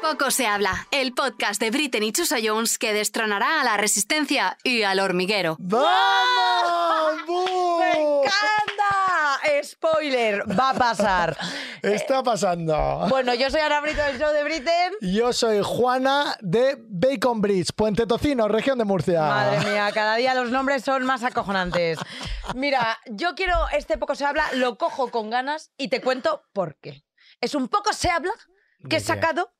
Poco se habla, el podcast de Britney y Chusa Jones que destronará a la resistencia y al hormiguero. ¡Vamos! ¡Bu! ¡Me encanta! Spoiler, va a pasar. Está pasando. Bueno, yo soy Ana Brito del show de Britain. Yo soy Juana de Bacon Bridge, Puente Tocino, región de Murcia. Madre mía, cada día los nombres son más acojonantes. Mira, yo quiero este poco se habla, lo cojo con ganas y te cuento por qué. Es un poco se habla que he Muy bien. sacado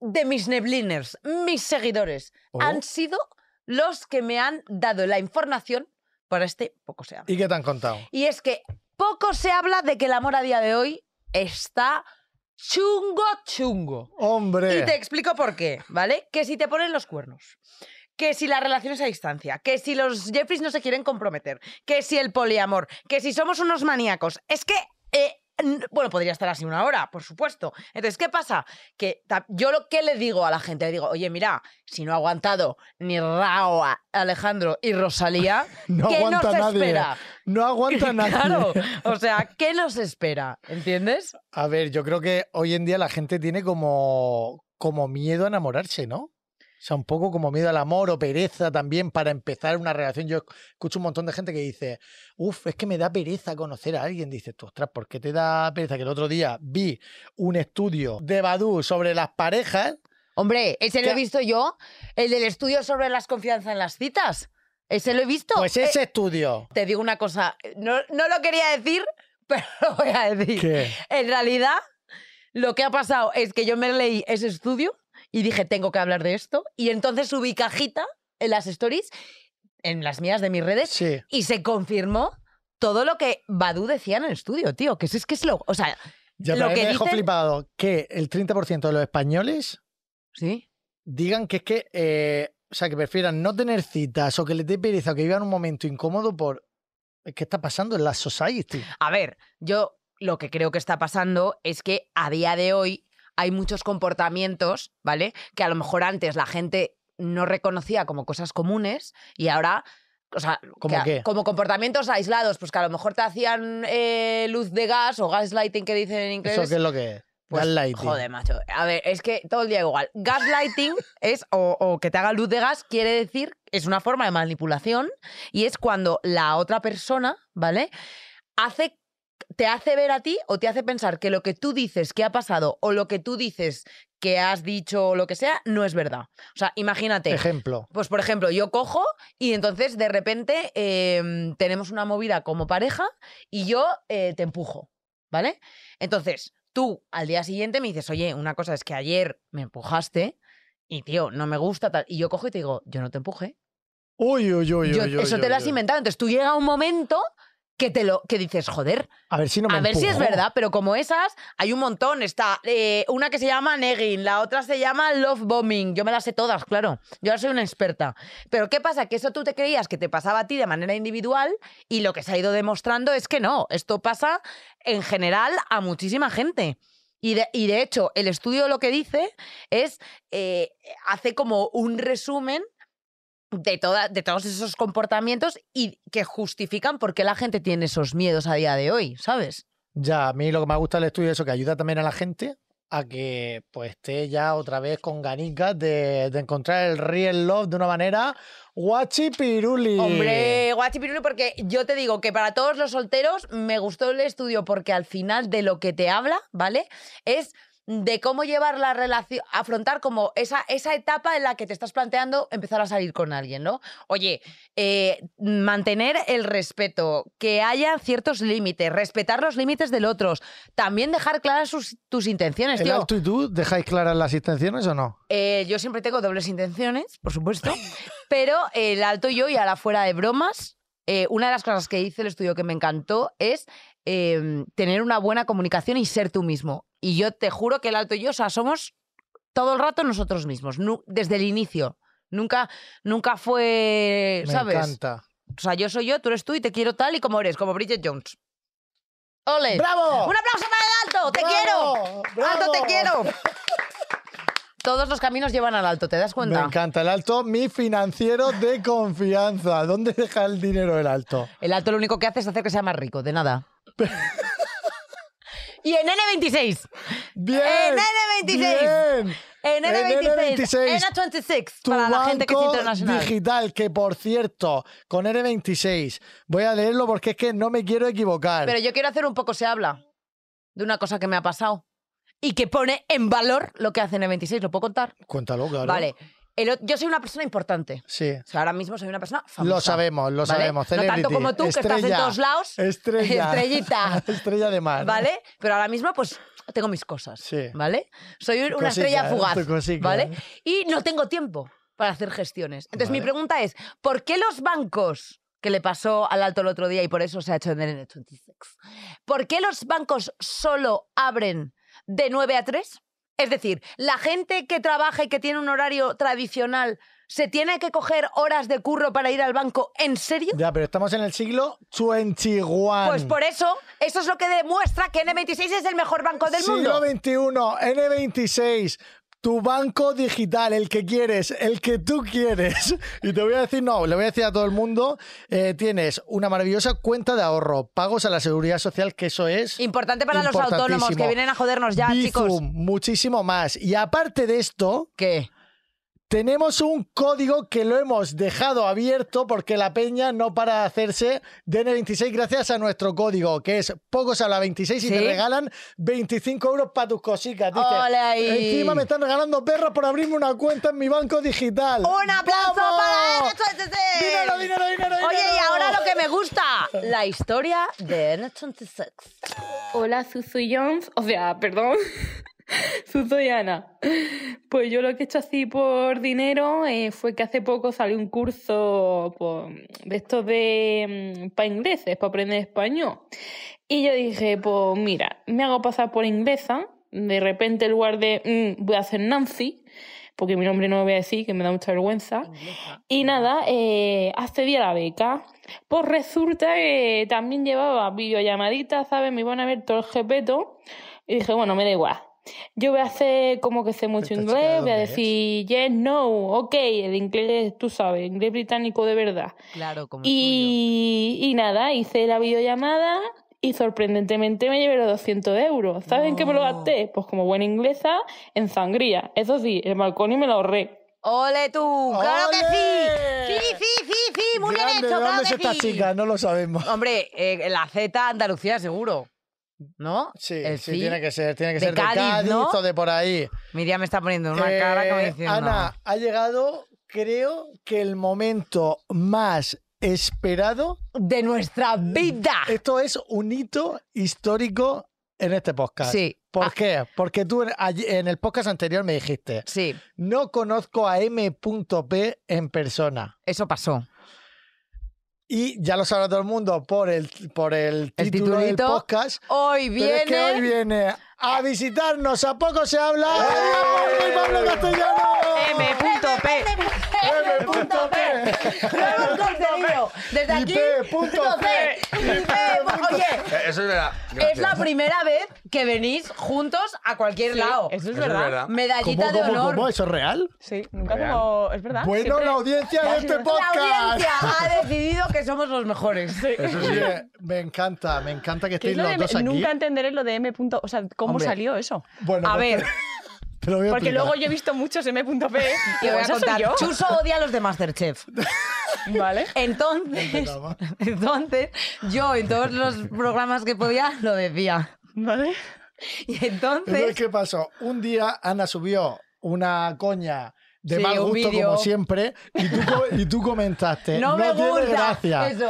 de mis nebliners, mis seguidores. Oh. Han sido los que me han dado la información para este poco se habla. ¿Y qué te han contado? Y es que poco se habla de que el amor a día de hoy está chungo, chungo. Hombre. Y te explico por qué, ¿vale? Que si te ponen los cuernos, que si las relaciones a distancia, que si los Jeffries no se quieren comprometer, que si el poliamor, que si somos unos maníacos. Es que, eh, n- bueno, podría estar así una hora, por supuesto. Entonces, ¿qué pasa? Que ta- yo lo que le digo a la gente, le digo, oye, mira, si no ha aguantado ni Raúl, Alejandro y Rosalía, No ¿qué nos aguanta nadie. espera? No aguanta nadie. Claro, o sea, ¿qué nos espera? ¿Entiendes? A ver, yo creo que hoy en día la gente tiene como, como miedo a enamorarse, ¿no? O sea, un poco como miedo al amor o pereza también para empezar una relación. Yo escucho un montón de gente que dice, uff, es que me da pereza conocer a alguien. Dices tú, ostras, ¿por qué te da pereza? Que el otro día vi un estudio de Badu sobre las parejas. Hombre, ese lo ¿Qué? he visto yo, el del estudio sobre las confianzas en las citas. Ese lo he visto. Pues Eh, ese estudio. te digo una cosa, no, no lo quería decir, pero lo voy a decir. ¿Qué? En realidad, lo que ha pasado es que yo me leí ese estudio y dije, tengo que hablar de esto. Y entonces subí cajita en las stories, en las mías de mis redes, Sí. y se confirmó todo lo que Badu decía en el estudio, tío. Que es, es que es lo. O sea, Ya pero Lo a mí que me dejó dicen- flipado que el 30% de los españoles sí. digan que es que, eh, o sea, que prefieran no tener citas o que les dé pereza o que vivan un momento incómodo por. ¿Qué está pasando en la society? A ver, yo lo que creo que está pasando es que a día de hoy hay muchos comportamientos, ¿vale? Que a lo mejor antes la gente no reconocía como cosas comunes y ahora... O sea, ¿Cómo que- qué? como comportamientos aislados, pues que a lo mejor te hacían eh, luz de gas o gaslighting que dicen en inglés. ¿Eso qué es lo que es? Pues, Gaslighting. Joder, macho. A ver, es que todo el día igual. Gaslighting es, o, o que te haga luz de gas, quiere decir, es una forma de manipulación y es cuando la otra persona, ¿vale? Hace, te hace ver a ti o te hace pensar que lo que tú dices que ha pasado o lo que tú dices que has dicho o lo que sea, no es verdad. O sea, imagínate. Ejemplo. Pues, por ejemplo, yo cojo y entonces de repente em, tenemos una movida como pareja y yo eh, te empujo, ¿vale? Entonces, tú al día siguiente me dices, oye, una cosa es que ayer me empujaste y, tío, no me gusta tal. Y yo cojo y te digo, yo no te empujé. Uy, uy, uy, Yo- uy, uy, eso te uy, lo has uy. inventado. Entonces, tú llega un momento que, te lo, que dices, joder, A ver si no me a ver si es empujo. verdad, pero como esas, hay un montón. Está eh, una que se llama Negging, la otra se llama Love Bombing. Yo me las sé todas, claro. Yo ahora soy una experta. Pero ¿qué pasa? Que eso tú te creías que te pasaba a ti de manera individual y lo que se ha ido demostrando es que no. Esto pasa en general a muchísima gente. Y de, y de hecho, el estudio lo que dice es, eh, hace como un resumen de, toda, de todos esos comportamientos y que justifican por qué la gente tiene esos miedos a día de hoy, ¿sabes? Ya, a mí lo que me gusta del estudio es eso, que ayuda también a la gente a que pues esté ya otra vez con ganicas de, de encontrar el real love de una manera guachipiruli. Hombre, guachipiruli, porque yo te digo que para todos los solteros me gustó el estudio porque al final de lo que te habla, ¿vale? Es de cómo llevar la relación, afrontar como esa, esa etapa en la que te estás planteando empezar a salir con alguien, ¿no? Oye, eh, mantener el respeto, que haya ciertos límites, respetar los límites del otro, también dejar claras sus- tus intenciones, ¿El tío. alto y tú dejáis claras las intenciones o no? Eh, yo siempre tengo dobles intenciones, por supuesto, pero el alto yo y ahora fuera de bromas, eh, una de las cosas que hice el estudio que me encantó es eh, tener una buena comunicación y ser tú mismo. Y yo te juro que el alto yo, o sea, somos todo el rato nosotros mismos, nu- desde el inicio. Nunca, nunca fue, Me Eh, ¿sabes? encanta. O sea, yo soy yo, tú eres tú y te quiero tal y como eres, como Bridget Jones. ¡Ole! ¡Bravo! ¡Un aplauso para el alto! ¡Te quiero! ¡Bravo! ¡Alto, te ¡Bravo! quiero! Todos los caminos llevan al alto, ¿te das Me cuenta? encanta el alto, mi financiero de confianza. ¿Dónde deja el dinero el alto? El alto lo único que hace es hacer que sea más rico, de nada. y en N26. Bien. En N26. Bien. En N26. N26. N26. Tu Para la gente que es banco internacional. digital, que por cierto, con N26, voy a leerlo porque es que no me quiero equivocar. Pero yo quiero hacer un poco se habla de una cosa que me ha pasado y que pone en valor lo que hace N26. ¿Lo puedo contar? Cuéntalo, claro. Vale. El o- yo soy una persona importante. Sí. O sea, ahora mismo soy una persona famosa. Lo sabemos, lo ¿vale? sabemos. No tanto Celebrity, como tú, que estás en estrella, todos lados. Estrella. Estrellita. Estrella de mar. ¿Vale? Pero ahora mismo, pues, tengo mis cosas. Ah, Sí. ¿Vale? Soy una Cositas, estrella fugaz. tu cositas. ¿Vale? Y no tengo tiempo para hacer gestiones. Entonces, mi Vale. pregunta es: ¿por qué los bancos que le pasó al alto el otro día y por eso se ha hecho en el N26? ¿Por qué los bancos solo abren de 9 a 3? Es decir, la gente que trabaja y que tiene un horario tradicional. ¿Se tiene que coger horas de curro para ir al banco? ¿En serio? Ya, pero estamos en el siglo 21. Pues por eso, eso es lo que demuestra que N26 es el mejor banco del mundo. Siglo XXI, N26, tu banco digital, el que quieres, el que tú quieres. Y te voy a decir, no, le voy a decir a todo el mundo, eh, tienes una maravillosa cuenta de ahorro, pagos a la seguridad social, que eso es... Importante para los importantísimo. autónomos que vienen a jodernos pues ya, Bizum, chicos. muchísimo más. Y aparte de esto, ¿Qué? tenemos un código que lo hemos dejado abierto porque la peña no para de hacerse de N26 gracias a nuestro código, que es Pocos a la 26 y ¿Sí? te regalan 25 euros para tus cositas. Dice, ¡Ole ahí! Encima me están regalando perros por abrirme una cuenta en mi banco digital. ¡Un aplauso ¡Vamos! para N26! Dinero, dinero, dinero, dinero. Oye, y ahora lo que me gusta, la historia de N26. Hola, Suzu y Jones. O sea, perdón. Suzu y Ana. Pues yo lo que he hecho así por dinero eh, fue que hace poco salió un curso pues, de estos de para ingleses, para aprender español. Y yo dije, pues mira, me hago pasar por inglesa. De repente, en lugar de mm, voy a hacer Nancy, porque mi nombre no lo voy a decir, que me da mucha vergüenza. Y nada, eh, accedí a la beca. Pues resulta que también llevaba videollamaditas, ¿sabes? Me iban a ver todo el jepeto. Y dije, bueno, me da igual. Yo voy a hacer como que sé mucho Esta chica, inglés, ¿de voy a dónde es? decir yes, no, ok, el inglés, tú sabes, inglés británico de verdad. Claro, como Y, y nada, hice la videollamada y sorprendentemente me llevé los 200 euros. ¿Saben en qué me lo No. gasté? Pues como buena inglesa, en sangría. Eso sí, el balcón y me lo ahorré. ¡Ole tú! ¡Claro ¡Ole! que sí! ¡Sí, sí, sí, sí! ¡Muy bien Grande, hecho! ¿De ¡Claro dónde es que esta sí! chica? No lo sabemos. Hombre, eh, la Z Andalucía seguro, ¿no? Sí, El sí, fi. tiene que ser, tiene que De ser Cádiz, de Cádiz ¿no? o de por ahí. Miriam me está poniendo una Eh, cara como diciendo... Ana, ha llegado, creo que el momento más esperado. ¡De nuestra vida! Esto es un hito histórico en este podcast. Sí. ¿Por Ah. qué? Porque tú en, allí- en el podcast anterior me dijiste, Sí, no conozco a M.P en persona. eso pasó. Y ya lo sabrá todo el mundo por el, por el El título del titulito. podcast. Hoy Pero viene... es que hoy viene a visitarnos, a poco se habla, ¡Juan Pablo Castellano. M.P. M.P. Lo hemos conseguido. Desde aquí, IP.P. no sé. IP. Oye, Eh, Eso es verdad. es la primera vez que venís juntos a cualquier lado. Eso es Eso es verdad. verdad. Medallita ¿Cómo, de cómo, honor. cómo? ¿Eso es real? Sí, nunca Real. como. Es verdad. Bueno, siempre- la audiencia de este podcast. La audiencia ha decidido que somos los mejores. Eso sí, me encanta, me encanta que ¿Qué estéis es lo los de M? dos aquí. Nunca entenderé lo de M. punto- O sea, ¿cómo Hombre. salió eso? Bueno, A pues ver, te- te lo voy a Porque explicar. luego yo he visto muchos M.P. Y te voy a ¿esa soy contar. Pues yo? Chuso odia a los de Masterchef. Vale. Entonces, Empezamos. entonces, yo en todos los programas que podía lo decía. Vale. Y Entonces, entonces, ¿qué pasó? Un día Ana subió una coña de Sí, mal un gusto, vídeo. como siempre, y tú, co- y tú comentaste, no, me tiene gusta gracia. eso.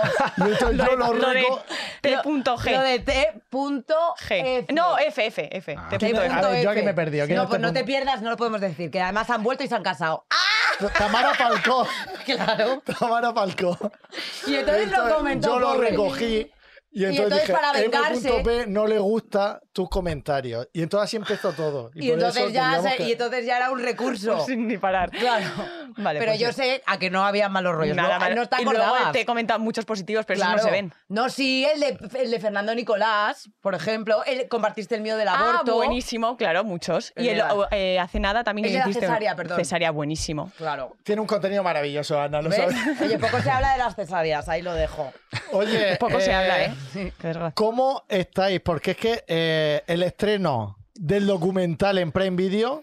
Y esto yo lo, lo de reco- T.G. Lo de T.G. G. No, F, F, F. Ah. T.G. T.G. A ver, yo aquí me he perdido, aquí este No, no pues no tengo- te pierdas, no lo podemos decir. Que además han vuelto y se han casado. ¡Ah! Tamara Falcó. Claro. Tamara Falcó. Y entonces lo Entonces, comentó. Yo lo pobre. recogí Y entonces, entonces, dije, para M.P. vengarse- no le gusta tus comentarios. Y entonces así empezó todo. Y, por entonces eso ya, teníamos se- que- Pues y entonces ya era un recurso. Sin ni parar. Claro. Vale, pero pues yo sí. sé a que no había malos rollos. Nada no, mal. no te Y luego acordabas. te he comentado muchos positivos, pero esos Claro. no se ven. No, sí, el de, el de Fernando Nicolás, por ejemplo. el- compartiste el mío del aborto. Ah, buenísimo, claro, muchos. El Y el- de la- o- eh, hace nada también El de la hiciste un- cesárea, perdón. Cesárea, buenísimo. Claro. Tiene un contenido maravilloso, Ana, lo ¿Ves? sabes. Oye, poco se habla de las cesáreas, ahí lo dejo. Oye, Poco se eh, habla, ¿eh? Qué desgracia. ¿Cómo estáis? Porque es que eh, el estreno del documental en Prime Video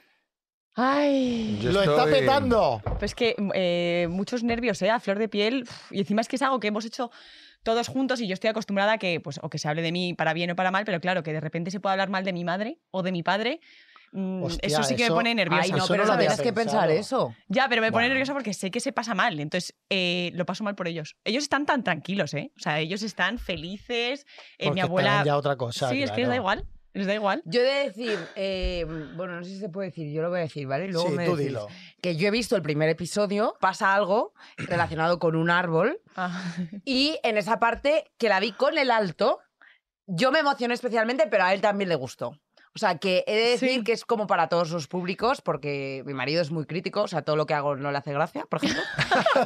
Ay, Yo lo está estoy- petando. pues que eh, muchos nervios, ¿eh? A flor de piel. Uf, Y encima es que es algo que hemos hecho todos juntos y yo estoy acostumbrada a que, pues, o que se hable de mí para bien o para mal, pero claro, que de repente se pueda hablar mal de mi madre o de mi padre. mm, Hostia, eso sí que eso- me pone nerviosa. Ay, no, Eso pero no lo había tienes que pensar pensado. eso. Ya, pero me pone Bueno. nerviosa porque sé que se pasa mal, entonces eh, lo paso mal por ellos. Ellos están tan tranquilos, ¿eh? O sea, ellos están felices. eh, Porque mi estarán abuela. ya otra cosa. sí, es que les da claro. igual. Les da igual. Yo he de decir, eh, bueno, no sé si se puede decir, yo lo voy a decir, ¿vale? Luego sí, me tú decís. dilo. Que yo he visto el primer episodio, pasa algo relacionado con un árbol, Ah. y en esa parte que la vi con el alto, yo me emocioné especialmente, pero a él también le gustó. O sea, que he de decir Sí. que es como para todos los públicos, porque mi marido es muy crítico, o sea, todo lo que hago no le hace gracia, por ejemplo.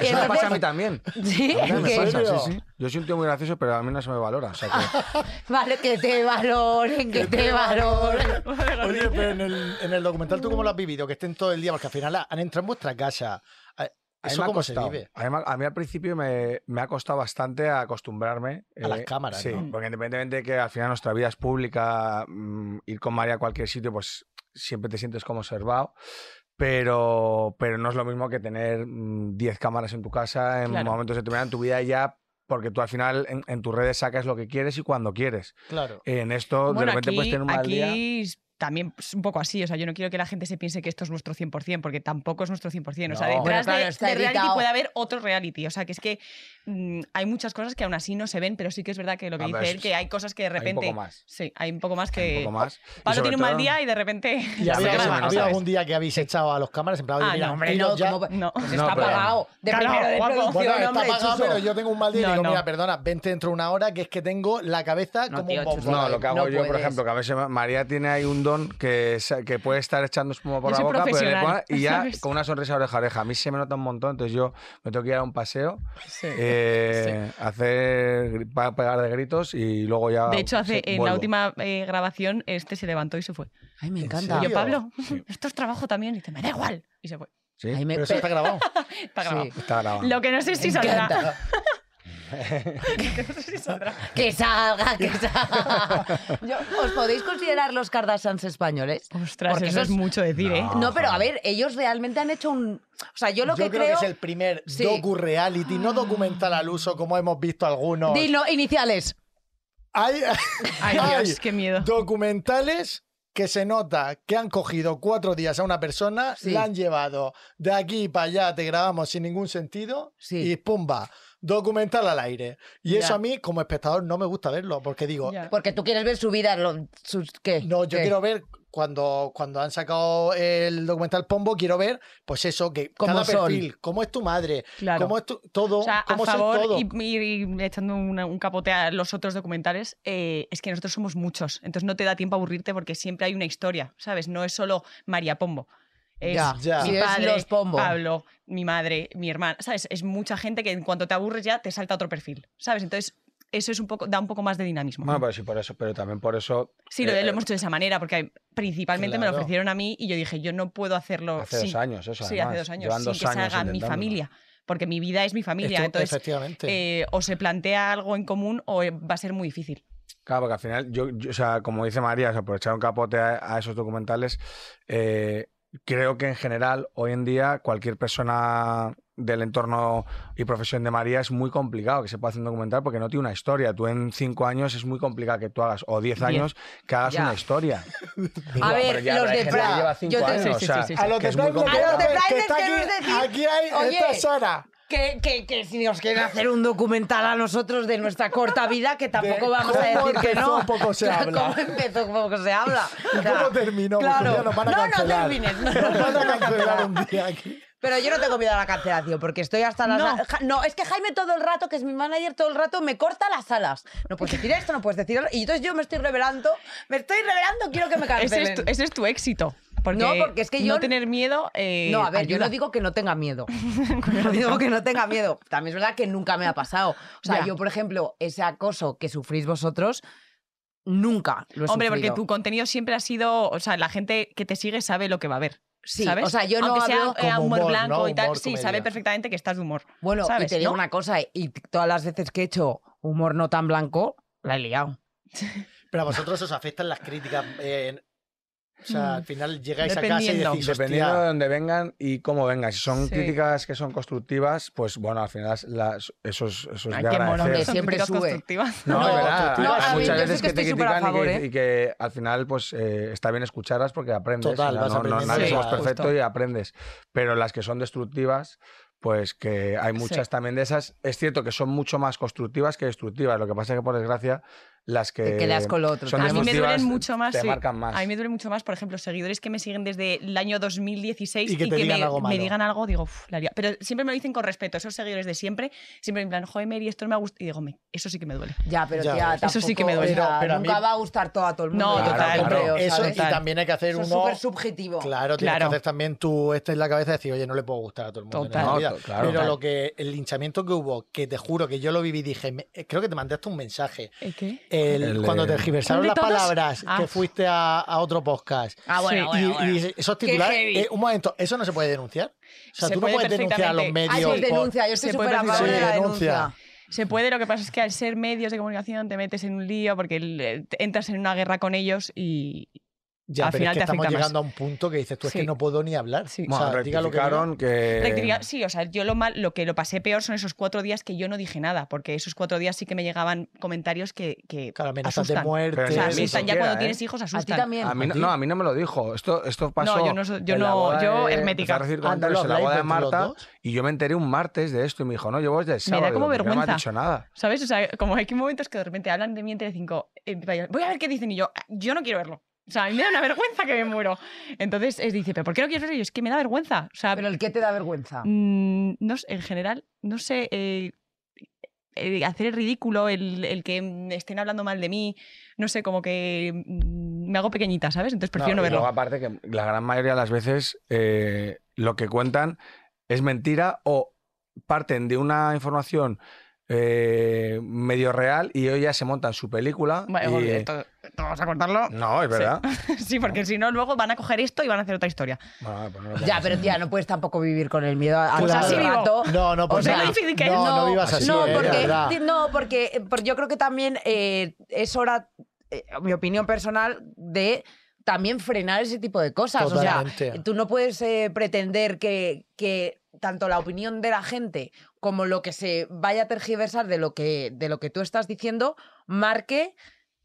Y Eso me pasa a entonces- mí también. Sí, A mí me que- pasa, serio? sí, sí. Yo soy un tío muy gracioso, pero a mí no se me valora. o sea que- vale, que te valoren, que te valoren. Oye, pero en el, en el documental, ¿tú cómo lo has vivido? Que estén todo el día, porque al final han entrado en vuestra casa. A- A mí ¿Eso me ha cómo se costado. vive? A mí, me- a mí al principio me, me ha costado bastante acostumbrarme. eh, A las cámaras, Sí, ¿no? porque independientemente de que al final nuestra vida es pública, mm, ir con María a cualquier sitio, pues siempre te sientes como observado. Pero, pero no es lo mismo que tener mm, 10 cámaras en tu casa en Claro. momentos determinados en tu vida ya, porque tú al final en, en tus redes sacas lo que quieres y cuando quieres. Claro. En esto, de Bueno, repente puedes aquí, tener un mal aquí día. s- también es un poco así. O sea, yo no quiero que la gente se piense que esto es nuestro 100%, porque tampoco es nuestro 100%. O sea, No. detrás Bueno, claro, de- está de, reality editado. puede haber otro reality. O sea, que es que mm, hay muchas cosas que aún así no se ven, pero sí que es verdad que lo que Ah, pero dice él, es- que hay cosas que de hay un repente... poco más. Sí, hay un poco más que... Hay un poco más. Y Pablo sobre tiene un mal todo- día y de repente... ¿Y se ha a habido, mí se me clava, nota, ha habido ¿sabes? algún día que habéis echado a los cámaras en plan, oye, Ah, mira, un no, Hombre, tiro no, ya. ¿cómo va- No. Pues No, está pero- pagado. De Claro, primero de guapo. Bueno, producción, está hombre, pagado, Chuso. pero yo tengo un mal día y No, digo, no. mira, perdona, vente dentro de una hora, que es que tengo la cabeza No, como tío, un bombo. Chuso, No, lo que hago No yo, por puedes. ejemplo, que a veces María tiene ahí un don que, sa- que puede estar echando espuma por Yo la soy boca, pero le profesional, pone- y ya ¿sabes? con una sonrisa oreja a oreja. A mí se me nota un montón, entonces yo me tengo que ir a un paseo, Sí. eh, hacer gri- pa- pegar de gritos y luego ya. De hecho, hace, sí, en la vuelvo. última eh, grabación, este se levantó y se fue. Ay, me ¿En Ah. encanta. Y yo, serio? Pablo, esto es trabajo también. Y dice, me da igual. Y se fue. Sí, Ay, me- Pero eso está grabado. Está grabado. Sí. está grabado. Lo que no sé si Me saldrá. encanta. que no sé si saldrá. Que salga, que salga. Yo- ¿Os podéis considerar los Kardashians españoles? Ostras, Porque eso es mucho decir, ¿eh? No, pero a ver, ellos realmente han hecho un... O sea, yo lo Yo creo, que creo... que es el primer Sí. docu-reality, no documental al uso, como hemos visto algunos. Dilo, iniciales. Hay, Ay, hay Dios, qué miedo. documentales que se nota que han cogido cuatro días a una persona, Sí. la han llevado de aquí para allá, te grabamos sin ningún sentido Sí. y ¡pumba! Documental al aire. Y Ya. eso a mí, como espectador, no me gusta verlo, porque digo, Ya. Porque tú quieres ver su vida, lo- sus- ¿qué? No, yo ¿Qué? quiero ver cuando, cuando han sacado el documental Pombo, quiero ver, pues eso, que ¿Cómo cada son? perfil, cómo es tu madre, Claro. cómo es tu, todo, O sea, a cómo sois favor, todo. y, y- y echando una- un capote a los otros documentales, eh, es que nosotros somos muchos. Entonces no te da tiempo a aburrirte porque siempre hay una historia, ¿sabes? No es solo María Pombo. Es Ya, ya. mi Sí, es padre, los Pombo. Pablo, mi madre, mi hermana. ¿Sabes? Es mucha gente que en cuanto te aburres ya te salta otro perfil, ¿sabes? Entonces eso es un poco, da un poco más de dinamismo. Bueno, pero sí, por eso, pero también por eso. Sí, lo, Ah, eh, lo hemos hecho de esa manera, porque principalmente me Claro. lo ofrecieron a mí y yo dije, yo no puedo hacerlo Hace sin- dos años, eso. Oh, sí, Pues además. hace dos años, Llevan sin dos que años se haga mi intentándolo. familia, porque mi vida es mi familia, Esto- entonces efectivamente. eh, o se plantea algo en común o eh, va a ser muy difícil. Claro, porque al final, yo, yo- o sea, como dice María, o sea, por echar un capote a, a esos documentales, eh, creo que en general, hoy en día, cualquier persona del entorno y profesión de María es muy complicado que se pueda hacer un documental porque no tiene una historia. Tú en cinco años es muy complicado que tú hagas, o diez años, que hagas Ya. una historia. A ver, Pero ya, los pero hay de gente que Pra- lleva cinco yo te- años, sí, o sí, sea, sí, sí, a los que de es muy Prime complicado. A los de que Prime está que nos aquí, decís- aquí hay, Oye. está Sara. Que, que- que si nos quieren hacer un documental a nosotros de nuestra corta vida, que tampoco De vamos a cómo decir que empezó, no. poco se Claro, habla. ¿Cómo empezó, poco se habla? ¿Y O sea, cómo terminó? Porque Claro. ya nos van a no, no cancelar. termines. Nos van a cancelar un día aquí. Pero yo no tengo miedo a la cancelación, porque estoy hasta las... No. Ja- No, es que Jaime todo el rato, que es mi manager todo el rato, me corta las alas. No puedes decir esto, no puedes decir... lo- Y entonces yo me estoy revelando, me estoy revelando, quiero que me Ese cancelen. es, tu, ese es tu éxito. Porque No, porque es que yo- No tener miedo. eh, No, a ver, yo ayuda. no digo que no tenga miedo. No digo que no tenga miedo. También es verdad que nunca me ha pasado. O sea, Ya. yo, por ejemplo, ese acoso que sufrís vosotros, nunca lo he Hombre, porque sufrido. tu contenido siempre ha sido. O sea, la gente que te sigue sabe lo que va a ver. Sí, ¿sabes? o sea, yo no Aunque sea hablo- eh, Como humor, humor, blanco ¿no? y tal, Humor, sí, sabe comedia. perfectamente que estás de humor. Bueno, y ¿sabes, te digo no? una cosa, y t- todas las veces que he hecho humor no tan blanco, la he liado. Pero a vosotros os afectan las críticas. eh, en- o sea, al final llegáis a casa y Mm. Dependiendo. decís, Dependiendo de "Hostia, dónde vengan y cómo vengan. Si son Sí. críticas que son constructivas, pues bueno, al final las, eso es, eso es Ay, de qué mono, agradecer. hombre, Son siempre críticas sube. constructivas. No, No, es verdad. tú- tú- hay no, a mí- muchas yo veces sí que que te estoy súper a critican y que, favor, ¿eh? y que al final pues eh, está bien escucharlas porque aprendes. Total, O sea, vas no, no- aprendiendo. nadie Sí, somos justo. perfectos y aprendes. Pero las que son destructivas, pues que hay muchas Sí. también de esas. Es cierto que son mucho más constructivas que destructivas. Lo que pasa es que por desgracia las que Te quedas con lo otro. son A mí me destructivas duelen mucho más. te sí. marcan más. A mí me duelen mucho más, por ejemplo, seguidores que me siguen desde el año 2016 Y y que que, te digan me, algo me malo. digan algo, digo, "Uf, la lía". Pero siempre me lo dicen con respeto, esos seguidores de siempre, siempre en plan, joder, Mary, esto no me ha gustado. Y digo, "Me- eso sí que me duele. Ya, pero Ya, tía, ves. Eso sí que me tampoco, duele. o Pero- sea, pero a mí- nunca va a gustar todo a todo el mundo. No, yo total, tampoco claro. creo, eso, ¿sabes? y también hay que hacer Eso es uno. súper subjetivo. Claro, tienes Claro. que hacer también tú este es la cabeza de decir, oye, no le puedo gustar a todo el mundo. en Total. esta vida. No, to- claro. Pero Total. lo que el linchamiento que hubo, que te juro que yo lo viví, dije, me- eh, creo que te mandaste un mensaje. ¿Qué? El- El de- cuando te tergiversaron ¿El las de todos? palabras Ah. que fuiste a, a otro podcast. Ah, bueno, Sí. bueno, y, bueno. y esos Qué titulares. heavy. eh, un momento, eso no se puede denunciar. O sea, Se tú no puede puedes denunciar a los medios. perfectamente. Ay, pues por- denuncia, yo estoy se puede súper a favor decir- de la Sí, denuncia. Se puede, lo que pasa es que al ser medios de comunicación te metes en un lío porque el- eh, te- entras en una guerra con ellos y. Ya, Al pero final es que te estamos afecta más. llegando a un punto que dices, tú es que Sí. no puedo ni hablar. Sí. O sea, Bueno, diga lo que rectificaron Eh. que... Rectificar- sí, o sea, yo lo, mal, lo que lo pasé peor son esos cuatro días que yo no dije nada, porque esos cuatro días sí que me llegaban comentarios que, que Claro, amenazas de asustan. muerte. O sea, Ni asustan. Ya siquiera, cuando ¿eh? tienes hijos, A ti asustan. también. A mí no, no, a mí no me lo dijo. Esto, esto pasó. yo no so- yo en la no- boda yo de- empecé hermética. a recibir Ah, ¿no comentarios lo en la habláis boda de entre los Marta dos? y yo me enteré un martes de esto y me dijo, no, yo voy desde sábado. da como Digo, pero No me vergüenza. has dicho nada. ¿Sabes? O sea, como hay que momentos que de repente hablan de mí en Telecinco, eh, vaya, voy a ver qué dicen y yo, "Ah, yo no quiero verlo. O sea, a mí me da una vergüenza que me muero. Entonces es, dice, ¿pero por qué no quieres verlo? Y yo, es que me da vergüenza. O sea, Pero el que te da vergüenza. mm, no sé, en general, no sé, eh, eh, hacer el ridículo, el, el que me estén hablando mal de mí, no sé, como que mm, me hago pequeñita, ¿sabes? Entonces prefiero no, y verlo. luego, aparte, que la gran mayoría de las veces eh, lo que cuentan es mentira o parten de una información eh, medio real y ellos ya se montan su película. Bueno, y- esto- esto vamos a cortarlo. No, es verdad. Sí, porque si no, luego van a coger esto y van a hacer otra historia. Bueno, pues no lo Ya, pongas. pero tía, no puedes tampoco vivir con el miedo a, a Pues todo así el vivo. rato. No, no, porque- sea, lo difícil que es. no, no vivas así. no, eh, de porque, verdad. ti- no, porque eh, por- yo creo que también eh, es hora, eh, mi opinión personal, de también frenar ese tipo de cosas. O Totalmente. sea, tú no puedes eh, pretender que, que tanto la opinión de la gente como lo que se vaya a tergiversar de lo que, de lo que tú estás diciendo marque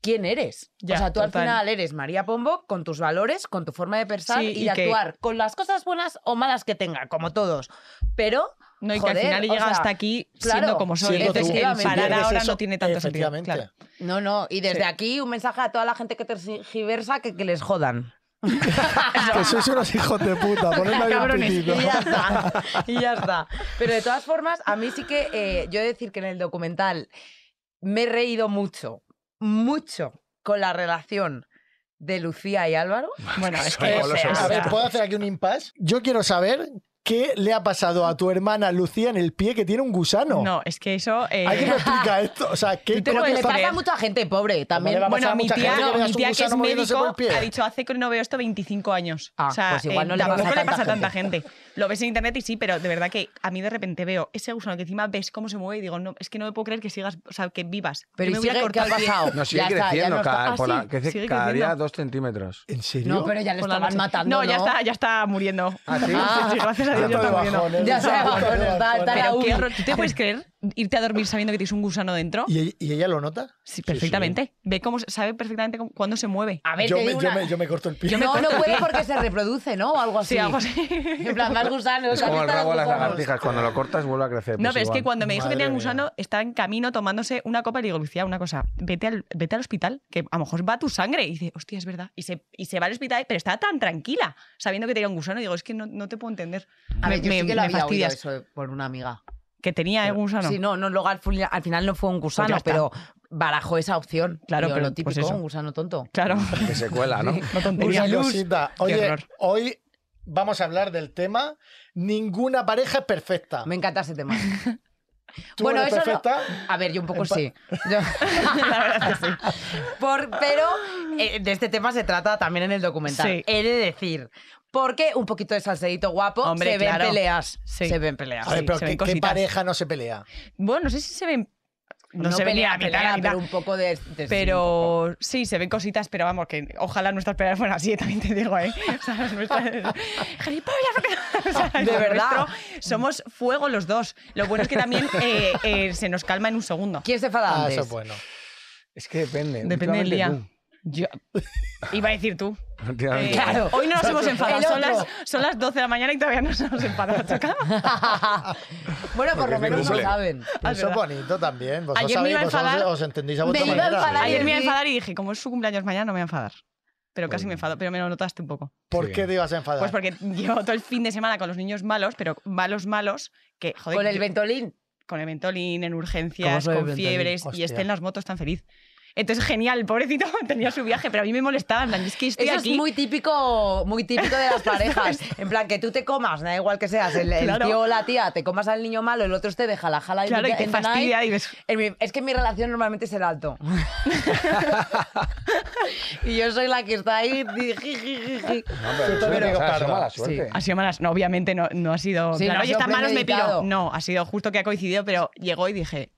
quién eres. Ya, o sea, tú al total. final eres María Pombo con tus valores, con tu forma de pensar Sí, y, y de que- actuar, con las cosas buenas o malas que tenga, como todos. Pero... No, y Joder, que al final he o llegado sea, hasta aquí claro, siendo como soy. Siendo Entonces, tú, el efectivamente. si parar pierdes ahora eso, no tiene tanto sentido. efectivamente. claro. No, no, y desde aquí un mensaje a toda la gente que tergiversa que, que les jodan. Que sois unos hijos de puta, ponedme ahí un Cabrones. Y pitito. ya está, y ya está. Pero de todas formas, a mí sí que eh, yo he de decir que en el documental me he reído mucho, mucho con la relación de Lucía y Álvaro. Bueno, es Eh, que. o sea, A ver, pues, ¿puedo hacer aquí un impasse? Yo quiero saber qué le ha pasado a tu hermana Lucía en el pie que tiene un gusano. No, es que eso. eh, ¿Alguien me explica esto? O sea, ¿qué Tú te coño lo puedes Le está- pasa creer. a mucha gente pobre también. Vale, va- Bueno, pasar a mi mucha tía, gente que veas mi un tía que es gusano moviéndose por médico el pie. ha dicho hace que no veo esto 25 años. Ah, o sea, pues igual no le tampoco pasa a le pasa a tanta tanta gente. Lo ves en internet y sí, pero de verdad que a mí de repente veo ese gusano que encima ves cómo se mueve y digo, no, es que no me puedo creer que sigas, o sea, que vivas. Pero Yo ¿y me hubiera sigue? ¿qué ha cortado el pie. pasado? No, sigue Ya está, ya creciendo no está- cada, Ah, por la- sí, crece sigue cada día creciendo. dos centímetros. ¿En serio? No, pero ya le Por la estaban noche. matando, No, ya está, ya está muriendo. ¿Ah, sí? Sí, gracias a Ya Dios está ya está de muriendo. bajón, ¿eh? Ya Está se de bajó, bajón, está- de está bajón. la Pero UBI. qué horror, ¿tú te puedes creer? irte a dormir sabiendo que tienes un gusano dentro. ¿Y, ella- y ella lo nota? Sí, perfectamente. Ve cómo se- sabe perfectamente cómo- cuándo se mueve. A ver, yo, te me, digo yo una- me- yo me corto el pie. no, no puede porque se reproduce, ¿no? O algo así. Sí, algo así. En plan, más gusanos. Es como el ¿has visto rabo de las gusanos? lagartijas. Cuando lo cortas vuelve a crecer. No, pues pero es que igual. cuando me dijo Madre que tenía un mía. gusano, está en camino tomándose una copa y le digo, Lucía, una cosa, vete al, vete al hospital, que a lo mejor va tu sangre. Y dice, hostia, es verdad. Y se, y se va al hospital, pero está tan tranquila, sabiendo que tenía un gusano. Digo, es que no, no te puedo entender. A ver, yo me, sí que lo me había oído fastidias. eso por una amiga. Que tenía un gusano. Pues Sí, no, no, luego al, ful- al final no fue un ya gusano, está. pero barajó esa opción. Claro, Yo, pero, lo típico, pues eso. un gusano tonto. Claro. Que se cuela, ¿no? No tontería. Una cosita. Qué Oye, horror. hoy vamos a hablar del tema Ninguna pareja es perfecta. Me encanta ese tema. ¿Tú bueno, eres eso no- perfecta? A ver, yo un poco Empa- sí. Yo- Por- pero eh, de este tema se trata también en el documental. Sí. He de decir, porque un poquito de salsedito guapo Hombre, se ven claro. peleas. Sí. Se ven peleas. A ver, Sí, pero se ¿qué- ven ¿qué, cositas. pareja no se pelea? Bueno, no sé si se ven... No, se pelea, venía a pelea, mitad, pero un poco de... de- Pero sí, se ven cositas, pero vamos, que ojalá nuestras peleas fueran así, también te digo, ¿eh? O sea, nuestras- ¡Gilipollas! O sea, De lo verdad. nuestro, somos fuego los dos. Lo bueno es que también eh, eh, se nos calma en un segundo. ¿Quién se enfada Ah, antes? eso es bueno. Es que depende. Depende del día. últimamente Yo- Iba a decir tú. Eh, tú. Últimamente tú. Ah, Claro. Hoy no nos hemos enfadado, El son otro. las, son las 12 de la mañana y todavía no nos hemos enfadado, chaca. bueno, por Porque lo es mi menos lo cumple. saben. Pero eso es bonito también. Vosotros Ayer me iba a sabéis, vosotros enfadar. os entendéis a vuestra Me iba a manera. enfadar ¿sí? Ayer me iba a sí. enfadar y dije, como es su cumpleaños mañana, no me voy a enfadar. Pero casi Uy. me enfado, pero me lo notaste un poco. ¿Por Sí. qué te ibas a enfadar? Pues porque llevo todo el fin de semana con los niños malos, pero malos, malos, que joder. Con el yo- ventolín. con el Ventolin, en ¿Cómo urgencias, sabe el con Ventolin? fiebres, y Hostia. esté en las motos tan feliz. Entonces, genial, pobrecito, tenía su viaje, pero a mí me molestaba, en plan, es que estoy Eso aquí. es muy típico, muy típico de las parejas. En plan, que tú te comas, da igual que seas el, el Claro. tío o la tía, te comas al niño malo, el otro te deja la jala Claro, y te en the night. fastidia y ves... En mi- es que en mi relación normalmente es el alto. y yo soy la que está ahí. di- ji, ji, ji, ji. No, pero Tú eso también es eres parda. mala Sí. suerte. Ah, Ha sido malas. No, obviamente no, no ha sido... en Sí, plan, no ha Oye, sido están malos, me premeditado. piro. No, ha sido justo que ha coincidido, pero llegó y dije,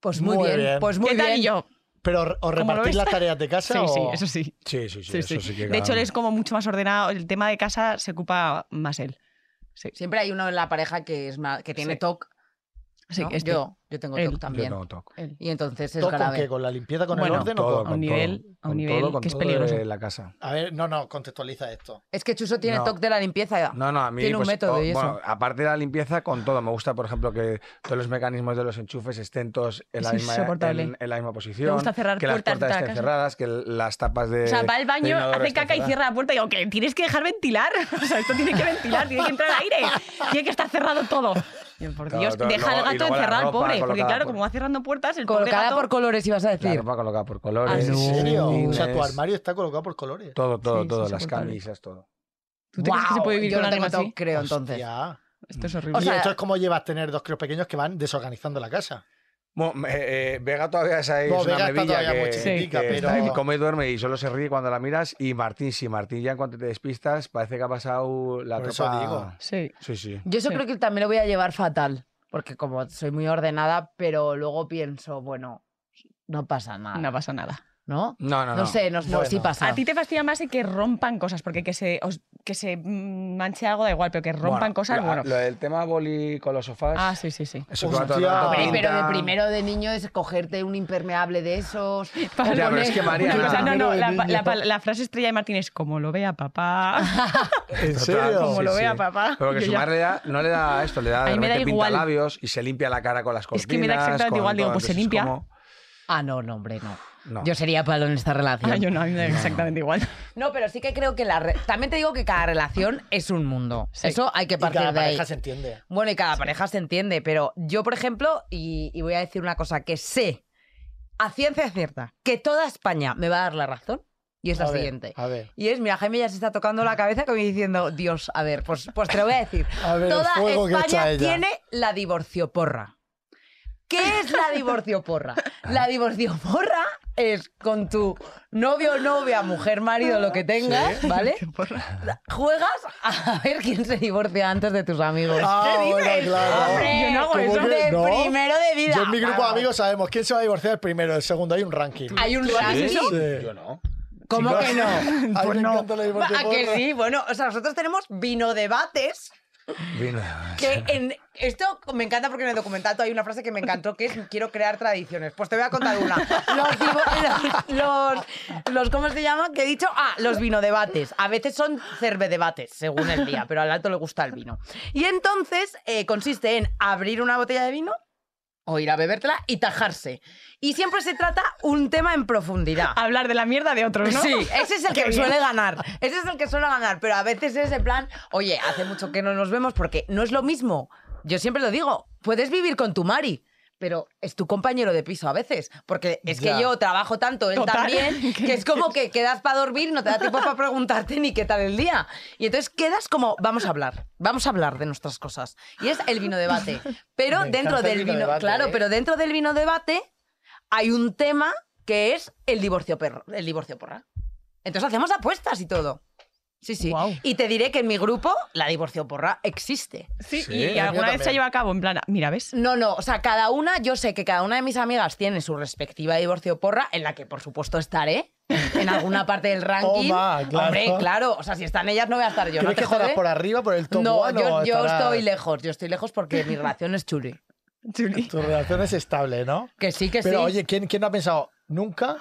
Pues muy, Muy bien, bien. Pues muy ¿qué tal? bien. Y yo, ¿Pero os- os lo repartís ves? las tareas de casa? sí, sí, o- eso sí. Sí, sí, sí. sí, sí. eso sí que de hecho, cada- él es como mucho más ordenado. El tema de casa se ocupa más él. Sí, Siempre hay uno en la pareja que es ma- que tiene Sí. TOC. sí ¿no? este. Yo, yo tengo Él. TOC Yo también. no toco. Él. Y entonces es ¿Todo con qué? grave. ¿Con la limpieza, con Bueno, el orden o Todo, con...? este a un con nivel- todo. a un Con nivel todo, con que es todo de peligroso. la casa. A ver, no, no, contextualiza esto. Es que Chuso tiene No. TOC de la limpieza. No, no, a mí Tiene un pues, método y eso. Bueno, aparte de la limpieza, con todo. Me gusta, por ejemplo, que todos los mecanismos de los enchufes estén todos en, la Es misma, insoportable. en, en la misma posición. gusta cerrar que puertas las de puertas cada estén casa. cerradas, que el- las tapas de. O sea, va al del baño, inodoro hace estén caca y cerradas. cierra la puerta y digo, que tienes que dejar ventilar. O sea, esto tiene que ventilar, tiene que entrar aire, tiene que estar cerrado todo. Y yo, por Todo, Dios, todo. deja Luego- al y gato luego la encerrado, al ropa pobre. Porque colocada claro, por- como va cerrando puertas, el pobre Colocada gato... por colores ibas a La decir. ropa colocada por colores. ¿En ¿En serio? O sea, cines, tu armario está colocado por colores. Todo, todo, Sí, todo. sí, las soportable. camisas, todo. ¿Tú te crees que se Guau, puede vivir yo con no alguien tengo TOC, así? creo, entonces. Hostia. Esto es O horrible. O sea- esto es como llevas tener dos críos pequeños que van desorganizando la casa. Bueno, eh, eh, Vega todavía es ahí, No, es una Vega está mevilla todavía muy que, chiquitica, que pero- está ahí, come y duerme y solo se ríe cuando la miras. Y Martín, sí, Martín ya en cuanto te despistas, parece que ha pasado la Por eso tropa. digo. sí. Sí, sí. Yo eso Sí. creo que también lo voy a llevar fatal, porque como soy muy ordenada, pero luego pienso, bueno, no pasa nada, No pasa nada. ¿no? No, no, No, no. sé, no, no, Bueno. sí pasa. A ti te fastidia más el que rompan cosas, porque que se, os- que se mm, manche algo da igual, pero que rompan Bueno, cosas, lo- bueno. Lo del tema boli con los sofás. Ah, sí, sí, sí. Eso que va todo el Hostia. rato Hombre, pero pinta. de primero de niño es cogerte un impermeable de esos. Para Ya, pero poner es que una María, cosa- no. no, no, la, Primero de la- niño. la frase estrella de Martín es como lo vea papá. ¿En Total, serio? Como sí, lo sí. vea papá. Pero que Yo su ya- madre ya no le da esto, le da A de mí me da repente pinta igual. labios y se limpia la cara con las cortinas. Es que me da exactamente con igual, digo, todo, pues se entonces es limpia. como- Ah, no, no, hombre, no. No. Yo sería palo en esta relación. Ah, yo no, a mí me da exactamente igual. No, pero sí que creo que la... re- También te digo que cada relación es un mundo. Sí. Eso hay que Y partir cada de ahí. pareja se entiende. Bueno, y cada pareja se entiende, pero yo, por ejemplo, y, y voy a decir una cosa que sé a ciencia cierta, que toda España me va a dar la razón, y es la A ver, siguiente. A ver. Y es, mira, Jaime ya se está tocando la cabeza como diciendo, Dios, a ver, pues, pues te lo voy a decir. A ver, Toda el fuego que echa España ella. tiene la divorcioporra. ¿Qué es la divorcioporra? La divorcioporra es con tu novio, novia, mujer, marido, lo que tengas, ¿vale? Juegas a ver quién se divorcia antes de tus amigos. Ah, bueno, claro. Hombre, Yo no hago ¿Cómo eso. que de no? primero de vida. Yo en mi grupo Vamos. de amigos sabemos quién se va a divorciar el primero, el segundo. Hay un ranking. Hay un ranking. Yo no. ¿Cómo Sí, que Pues no? A mí me encanta la divorcio ¿A que sí? Bueno, o sea, nosotros tenemos vino debates Vino. Que en, esto me encanta porque en el documental hay una frase que me encantó que es quiero crear tradiciones. Pues te voy a contar una. Los, divo- los, los, los- ¿cómo se llama? Que he dicho, ah, los vinodebates. A veces son cervedebates, según el día, pero al alto le gusta el vino. Y entonces eh, consiste en abrir una botella de vino o ir a bebértela y tajarse. Y siempre se trata un tema en profundidad. Hablar de la mierda de otros, ¿no? Sí, ese es el que suele ganar. Ese es el que suele ganar. Pero a veces es en plan, oye, hace mucho que no nos vemos porque no es lo mismo. Yo siempre lo digo, puedes vivir con tu Mari. Pero es tu compañero de piso a veces. Porque es Ya. que yo trabajo tanto, él Total. también, que es como que quedas para dormir y no te da tiempo para preguntarte ni qué tal el día. Y entonces quedas como, vamos a hablar, vamos a hablar de nuestras cosas. Y es el vino debate. Pero Me dentro encanta el del vino vino, debate, claro, ¿eh? pero dentro del vino debate hay un tema que es el divorcio perro, el divorcio porra. Entonces hacemos apuestas y todo. Sí, sí. Guau. Y te diré que en mi grupo la divorcio porra existe. Sí, Sí, y el mío alguna vez se Eh, también. lleva a cabo, en plan, mira, ¿ves? No, no, o sea, cada una, yo sé que cada una de mis amigas tiene su respectiva divorcio porra, en la que por supuesto estaré, en alguna parte del ranking. Toma, claro. Hombre, claro, o sea, si están ellas no voy a estar yo. ¿Crees No te que estarás jode? por arriba, por el top No, one, yo, o yo estarás- estoy lejos, yo estoy lejos porque mi relación es chuli. Chuli. Tu relación es estable, ¿no? Que sí, que Pero sí. oye, ¿quién, ¿quién no ha pensado nunca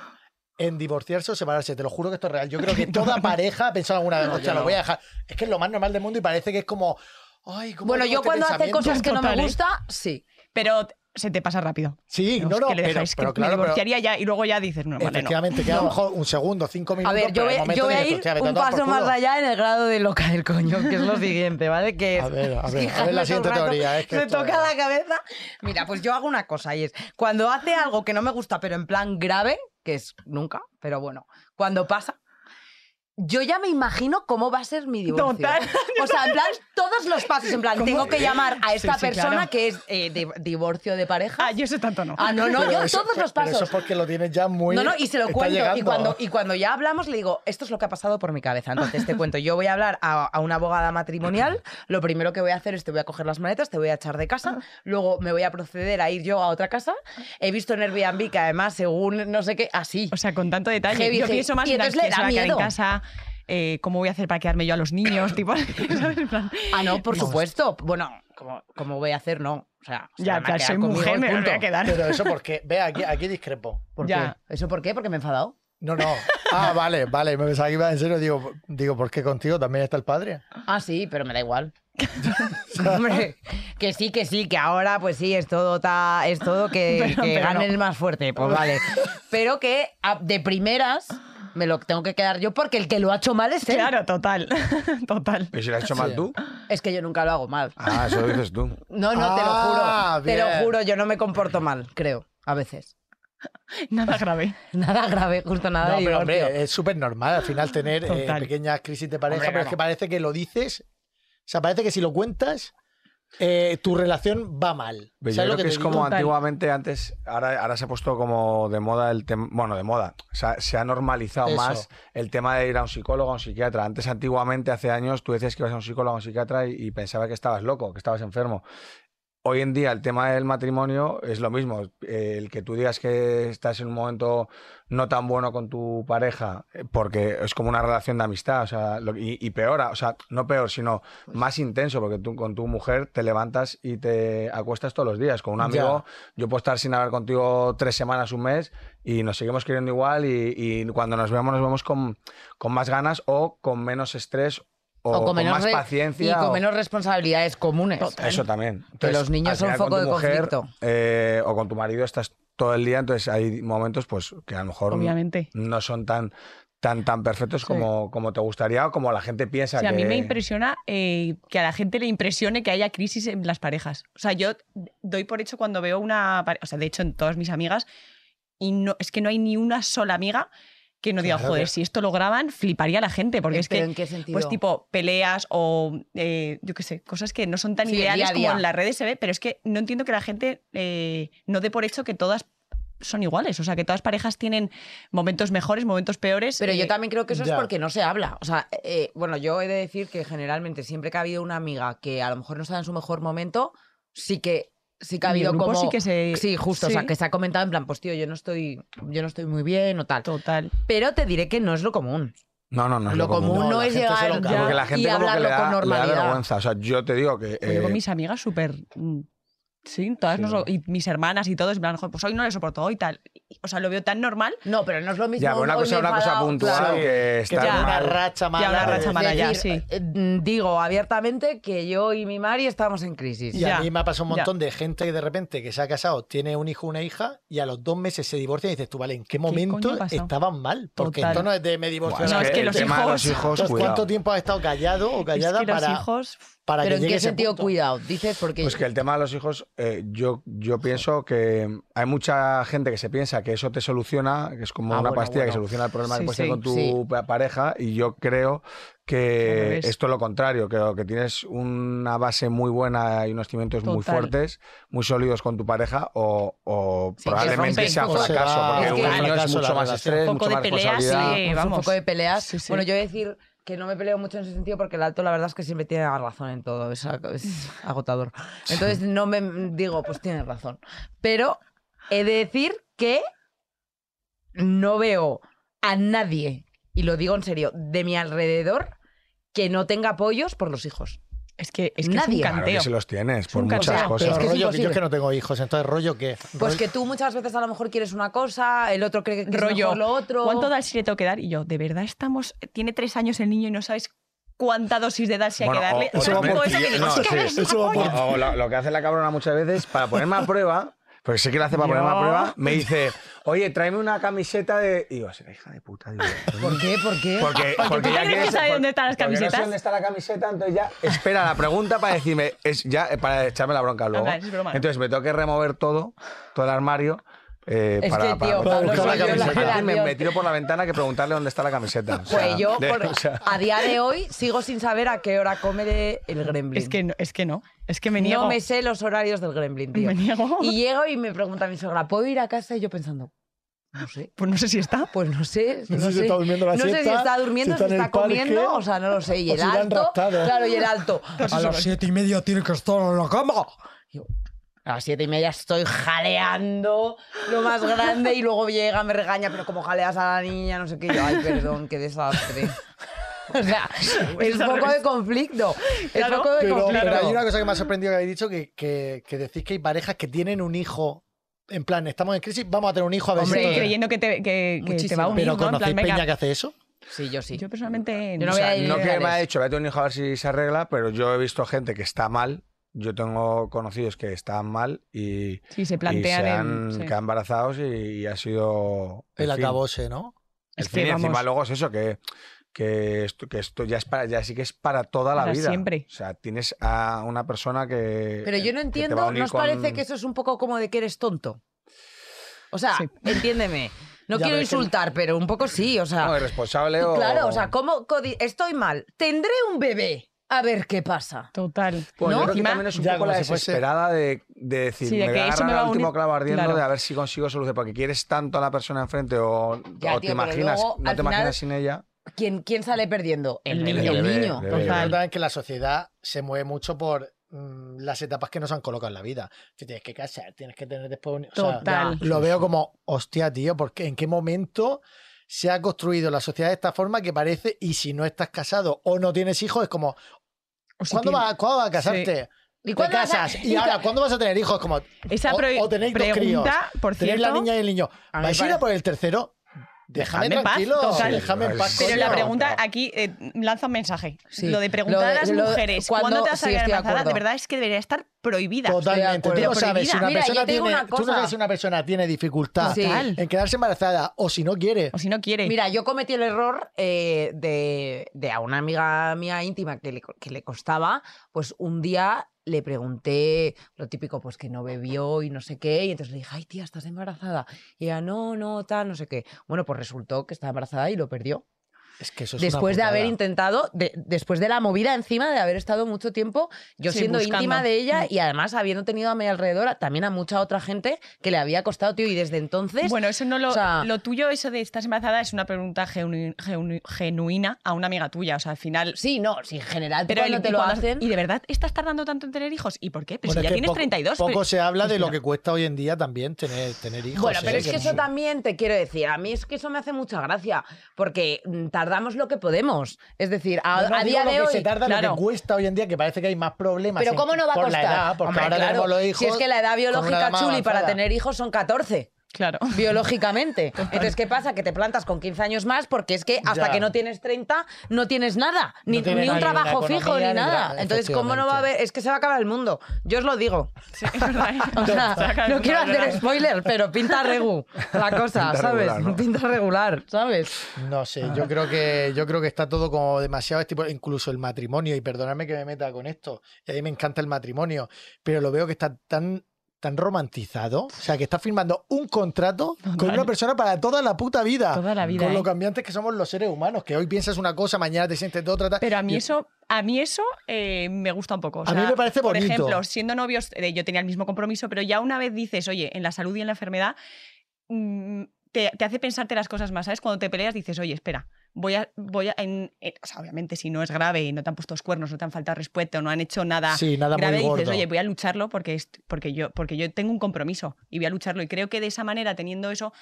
en divorciarse o separarse? Te lo juro que esto es real. Yo creo que toda pareja ha pensado alguna vez, hostia, lo voy a dejar. Es que es lo más normal del mundo y parece que es como, ay, ¿cómo bueno, tengo yo este cuando hace pensamiento? cosas que no me Total, ¿eh? gusta, sí. Pero se te pasa rápido. Sí, Dios, no, no, que le pero, dejáis pero que claro, me pero- divorciaría ya y luego ya dices, no, vale, no. Efectivamente, queda a lo mejor un segundo, cinco minutos. A ver, yo pero hay voy, momentos yo voy en a que, ir hostia, vete a un tomar por paso más culo. allá en el grado de loca del coño, que es lo siguiente, ¿vale? Que es- A ver, a es ver, que a ver la todo siguiente el rato teoría, es que se esto toca es- la cabeza. Mira, pues yo hago una cosa y es, cuando hace algo que no me gusta, pero en plan grave, que es nunca, pero bueno, cuando pasa, yo ya me imagino cómo va a ser mi divorcio. Total. O sea, en plan, todos los pasos, en plan, tengo que llamar a esta sí, claro. persona que es eh, de- divorcio de pareja. Ah, yo eso tanto no. Ah, no, no, Pero yo eso- todos los pero pasos. eso es porque lo tienes ya muy. No, no, y se lo está cuento. Y llegando. cuando, y cuando ya hablamos, le digo, esto es lo que ha pasado por mi cabeza. Entonces te cuento, yo voy a hablar a, a una abogada matrimonial. Lo primero que voy a hacer es te voy a coger las maletas, te voy a echar de casa. Luego me voy a proceder a ir yo a otra casa. He visto en Airbnb que además, según no sé qué, así. O sea, con tanto detalle. Heavy, yo heavy. pienso más Y en plan, entonces le ¿quién se da va a quedar en miedo. casa, Eh, cómo voy a hacer para quedarme yo a los niños, tipo, ¿sabes? En plan, Ah, no, por Dios. supuesto. Bueno, como, como voy a hacer, no. O sea, se ya, van a ya quedar soy conmigo mujer, y me voy punto. a quedar. Pero eso porque, ve, aquí, aquí discrepo. ¿Por Ya. qué? ¿Eso por qué? Porque me he enfadado. No, no. Ah, vale, vale. Me pensaba que iba en serio. Digo, digo, ¿por qué contigo también está el padre? Ah, sí, pero me da igual. Hombre, que sí, que sí, que ahora pues sí, es todo, ta- es todo que, Pero- que pero gane no. el más fuerte, pues vale. Pero que a- de primeras me lo tengo que quedar yo porque el que lo ha hecho mal es él. ¿eh? Claro, total. Total. ¿Y si lo has hecho mal tú? Es que yo nunca lo hago mal. Ah, eso lo dices tú. No, no, Ah, te lo juro. Te bien. lo juro, yo no me comporto mal, creo, a veces. Nada grave. Nada grave, justo nada No, de pero divorcio. hombre, es súper normal al final tener eh, Total. pequeñas crisis de pareja, Hombre, pero es claro. que parece que lo dices, o sea, parece que si lo cuentas, eh, tu relación va mal. Pero ¿Sabes Yo creo lo que, te es digo? como Total. antiguamente, antes, ahora, ahora se ha puesto como de moda el tema, bueno, de moda, o sea, se ha normalizado Eso. más el tema de ir a un psicólogo, a un psiquiatra. Antes, antiguamente, hace años, tú decías que ibas a un psicólogo, a un psiquiatra y, y pensaba que estabas loco, que estabas enfermo. Hoy en día el tema del matrimonio es lo mismo. Eh, El que tú digas que estás en un momento no tan bueno con tu pareja, eh, porque es como una relación de amistad, o sea, lo- y, y peor, o sea, no peor, sino Pues más intenso, porque tú con tu mujer te levantas y te acuestas todos los días. Con un amigo, yo puedo estar sin hablar contigo tres semanas, un mes, y nos seguimos queriendo igual, y, y cuando nos vemos, nos vemos con, con más ganas o con menos estrés. eh, O, con, más re- paciencia. Y con o- menos responsabilidades comunes. eso también. ¿Eh? los niños al son final, foco con tu de mujer, conflicto. eh, o con tu marido estás todo el día, entonces hay momentos pues que a lo mejor Obviamente. no son tan tan tan perfectos como, como te gustaría o como la gente piensa O sea, a que mí me impresiona eh, que a la gente le impresione que haya crisis en las parejas. O sea, yo doy por hecho cuando veo una pareja, o sea, de hecho en todas mis amigas, y no, es que no hay ni una sola amiga que no diga, Claro joder, que- si esto lo graban, fliparía la gente, porque Eh, es ¿pero que, en qué sentido? pues tipo, peleas o, eh, yo qué sé, cosas que no son tan Sí, el día a ideales día. como en las redes se ve, pero es que no entiendo que la gente eh, no dé por hecho que todas son iguales, o sea, que todas parejas tienen momentos mejores, momentos peores. Pero yo eh, también creo que eso ya. es porque no se habla. O sea, eh, bueno, yo he de decir que generalmente siempre que ha habido una amiga que a lo mejor no está en su mejor momento, sí que sí que ha En mi habido grupo como sí que se- Sí, justo, o sea, sí. que se ha comentado en plan, pues tío, yo no estoy yo no estoy muy bien o tal. Total. Pero te diré que no es lo común. No, no, no. es Lo común no, la es gente se llegar lo ya cree. Porque la gente y como que hablarlo le da, con le da normalidad. vergüenza. O sea, yo te digo que... Pues yo con eh, mis amigas súper... mm, Sí, todas sí, nos ¿no? lo- y mis hermanas y todos, en plan, "Joder, pues hoy no le soportó y tal. Y- O sea, lo veo tan normal. No, pero no es lo mismo. ya, pero una hoy cosa me es he una cosa enfadado, puntual claro. que está que ya. tiene una mal. racha mala. una de- racha Es mala. ya, decir, sí. eh, Digo abiertamente que yo y mi Mari estamos en crisis. Y Ya, a mí me ha pasado un ya. montón de gente que de repente que se ha casado, tiene un hijo, una hija, y a los dos meses se divorcian y dices, tú, vale, ¿en qué coño momento ha pasado? estaban mal? Porque Total. esto no es de me Buah, divorcio. No, ahora es que mismo. el los tema de los hijos- hijos, Entonces, cuidado. ¿Cuánto tiempo has estado callado o Es callada que para, los hijos... para Pero que ¿en llegue qué ese sentido punto? cuidado? Dices porque... Pues que el tema de los hijos, eh, yo, yo pienso que hay mucha gente que se piensa que eso te soluciona, que es como Ah, una bueno, pastilla bueno. que soluciona el problema Sí, que puedes tener sí. con tu Sí. pa- pareja, y yo creo Al que revés. esto es lo contrario, creo que tienes una base muy buena y unos cimientos muy Total. fuertes, muy sólidos con tu pareja, o, o Sí, que probablemente rompen. sea O se fracaso, va- porque Es que un hay año es fracaso mucho la más relación. estrés, Un poco mucho de más peleas, responsabilidad. sí. Pues Eh, vamos. un poco de peleas. Sí, sí. Bueno, yo decir que no me peleo mucho en ese sentido porque el alto la verdad es que siempre tiene razón en todo, es, es agotador. Entonces no me digo, pues tienes razón. Pero he de decir que no veo a nadie, y lo digo en serio, de mi alrededor que no tenga apoyos por los hijos. Es que es, que es un Nadie. Claro canteo. que sí los tienes, Es por un muchas canteo. Pero cosas. que es rollo, yo es imposible. que no tengo hijos, entonces rollo que... Pues que tú muchas veces a lo mejor quieres una cosa, el otro cree que es Rollo, mejor lo otro. ¿Cuánto Dalsi le tengo que dar? Y yo, ¿de verdad estamos...? Tiene tres años el niño y no sabes cuánta dosis de Dalsi Bueno, hay que darle. o- o Una también- cosa que digo, no, "Sí, sí. que eres Eso va apoyo". por- O, o lo, lo que hace la cabrona muchas veces, para ponerme a prueba, porque sé que lo hace para Yo. ponerme a prueba, me dice, oye, tráeme una camiseta de. Y digo, será hija de puta, digo. ¿Por qué? ¿Por qué? Porque, tú te crees que sabes por- dónde están las porque no sé camisetas. dónde está la camiseta, entonces ya espera la pregunta para decirme, es ya eh, para echarme la bronca luego. Habla, es broma, ¿no? Entonces me tengo que remover todo, todo el armario. eh, Es para, que, tío, para Pablo, soy buscar yo la la camiseta. Y me, generación. me tiro por la ventana que preguntarle dónde está la camiseta. O sea, Pues yo, de- por- o sea, a día de hoy, sigo sin saber a qué hora come de- el gremlin. Es que, no, es que no. Es que me niego. no me sé los horarios del gremlin, tío. me niego. Y llego y me pregunta mi sogra, ¿puedo ir a casa? Y yo pensando, no sé. Pues no sé si está. Pues no sé, no, No sé si sé. está durmiendo la No sé si siesta, está durmiendo, si si está está, en el parque, comiendo, o sea, no lo sé. Y o el si la han alto, raptado. claro, y el alto. Dos y a las solo. siete y media tiene que estar en la cama. Y yo, a las siete y media estoy jaleando lo más grande y luego llega, me regaña, pero como jaleas a la niña, no sé qué. Y yo, ay, perdón, qué desastre. O sea, es un poco de conflicto. Es Claro. poco de Pero, conflicto. pero hay una cosa que me ha sorprendido que habéis dicho, que, que, que decís que hay parejas que tienen un hijo, en plan, estamos en crisis, vamos a tener un hijo a ver si Hombre, esto- Sí, creyendo que te, que, que te Muchísimo. va a unir, Pero ¿no? En plan, ¿conocéis venga. peña que hace eso? Sí, yo sí. Yo personalmente... Yo no O voy sea, a ir no que me legales. ha dicho, vete a un hijo a ver si se arregla, pero yo he visto gente que está mal. Yo tengo conocidos que están mal y, y Sí, se se plantean... han el- sí. quedado embarazados y, y ha sido. El fin. acabose, ¿no? El Es que fin, y encima vamos- luego es eso, que, que esto, que esto ya, es para, ya sí que es para toda la Para vida. siempre. O sea, tienes a una persona que. Pero yo no que te entiendo, va a ¿no unir os parece con- que eso es un poco como de que eres tonto? O sea, Sí. entiéndeme. No Ya, quiero pero es que- insultar, pero un poco sí, o sea. No, irresponsable tú, o. Claro, o sea, ¿cómo codi- estoy mal? Tendré un bebé. A ver qué pasa. Total. Pues yo ¿No? creo que Encima- también es un Ya, poco como la si fuese- desesperada de, de decir, Sí, de me voy que a eso agarrar me va al a último unir- clavo ardiendo Claro. de a ver si consigo solución, porque quieres tanto a la persona enfrente o, Ya, o tío, te pero imaginas, luego, no al te final- imaginas sin ella. ¿Quién, quién sale perdiendo? El, El el niño. Bebé, niño. bebé. Yo Total. creo también que la sociedad se mueve mucho por mm, las etapas que nos han colocado en la vida. Te tienes que casar, tienes que tener después un... o sea, Total. Pues lo veo como, hostia, tío, porque en qué momento se ha construido la sociedad de esta forma que parece, y si no estás casado o no tienes hijos, es como, Pues O si ¿cuándo, tiene- vas, ¿cuándo vas a casarte? ¿Y ¿Y cuándo vas a- casas? ¿Y ahora cuándo vas a tener hijos? Es Como, Esa o- pre- o tenéis dos críos. pregunta, por tenéis la cierto... niña y el niño. A mí ¿Vais a ir pare- a por el tercero? Déjame, Dejadme en paz, tranquilo, total. déjame en paz. Pero coño. la Coño. pregunta aquí eh, lanza un mensaje. Sí. Lo de Lo preguntar de- a las lo- mujeres cuando- cuándo te vas a sí, quedar estoy de embarazada, acuerdo. de verdad es que debería estar prohibida. Totalmente. Tú acuerdo. no sabes si una Mira, yo persona te digo tiene, una tú no cosa. Pues sabes si una persona tiene dificultad Sí. Pues Total. en quedarse embarazada o si no quiere. O si no quiere. Mira, yo cometí el error eh, de, de a una amiga mía íntima que le, co- que le costaba, pues un día le pregunté lo típico, pues que no bebió y no sé qué, y entonces le dije, ay tía, estás embarazada. Y ella, no, no, tal, no sé qué. Bueno, pues resultó que estaba embarazada y lo perdió. Es que eso es después de una haber putada. intentado, de- después de la movida encima, de haber estado mucho tiempo yo Sí, siendo buscando. Mm. íntima de ella y además habiendo tenido a mi alrededor a- también a mucha otra gente que le había costado, tío, y desde entonces... Bueno, eso no lo. o sea- lo tuyo, eso de estás embarazada, es una pregunta genuin- genuin- genuina a una amiga tuya. O sea, al final. Sí, no, sí, en general, tú Pero cuando el- te y lo cuando- hacen... ¿Y de verdad estás tardando tanto en tener hijos? ¿Y por qué? Pero Bueno, si es ya que tienes poco- 32. Poco pero- se habla de lo Espera. que cuesta hoy en día también tener, tener hijos. pues, Bueno, pero ¿eh? es que eso también te quiero decir. A mí es que eso me hace mucha gracia, porque mm, tarda tardamos lo que podemos. Es decir, a, No, no, a digo día lo de que hoy. se tarda, lo claro. que cuesta hoy en día, que parece que hay más problemas. Pero en- ¿cómo no va a por costar? la edad, porque Hombre, ahora claro, tenemos los hijos. si es que la edad con una biológica, edad más chuli, para avanzada. tener hijos son 14 Claro. biológicamente. Entonces, ¿qué pasa? Que te plantas con 15 años más porque es que hasta Ya. que no tienes 30 no tienes nada, ni, No tienes ni un ni trabajo una fijo, ni economía, ni nada. nada, Entonces, ¿cómo no va a efectivamente. haber? Es que se va a acabar el mundo. Yo os lo digo. Sí, es verdad. O sea, Saca el no quiero mundo a hacer llorar. spoiler, pero pinta regu la cosa, Pinta ¿sabes? regular, ¿no? Pinta regular, ¿sabes? No sé, Ah. yo creo que yo creo que está todo como demasiado tipo, incluso el matrimonio, y perdonadme que me meta con esto, y a mí me encanta el matrimonio, pero lo veo que está tan tan romantizado, o sea, que está firmando un contrato con Total. una persona para toda la puta vida. Toda la vida, Con lo ¿eh? cambiantes que somos los seres humanos, que hoy piensas una cosa, mañana te sientes de otra. tal. Pero a mí Yo- eso, a mí eso eh, me gusta un poco. o A mí sea, me parece Por bonito. ejemplo, siendo novios, eh, yo tenía el mismo compromiso, pero ya una vez dices, oye, en la salud y en la enfermedad, mm, te, te hace pensarte las cosas más, ¿sabes? Cuando te peleas dices, oye, espera, voy a... Voy a en- en- o sea, obviamente si no es grave y no te han puesto los cuernos, no te han faltado respeto, no han hecho nada Sí, nada grave, muy dices, gordo. oye, pues, voy a lucharlo porque, est- porque, yo, porque yo tengo un compromiso y voy a lucharlo. Y creo que de esa manera, teniendo eso,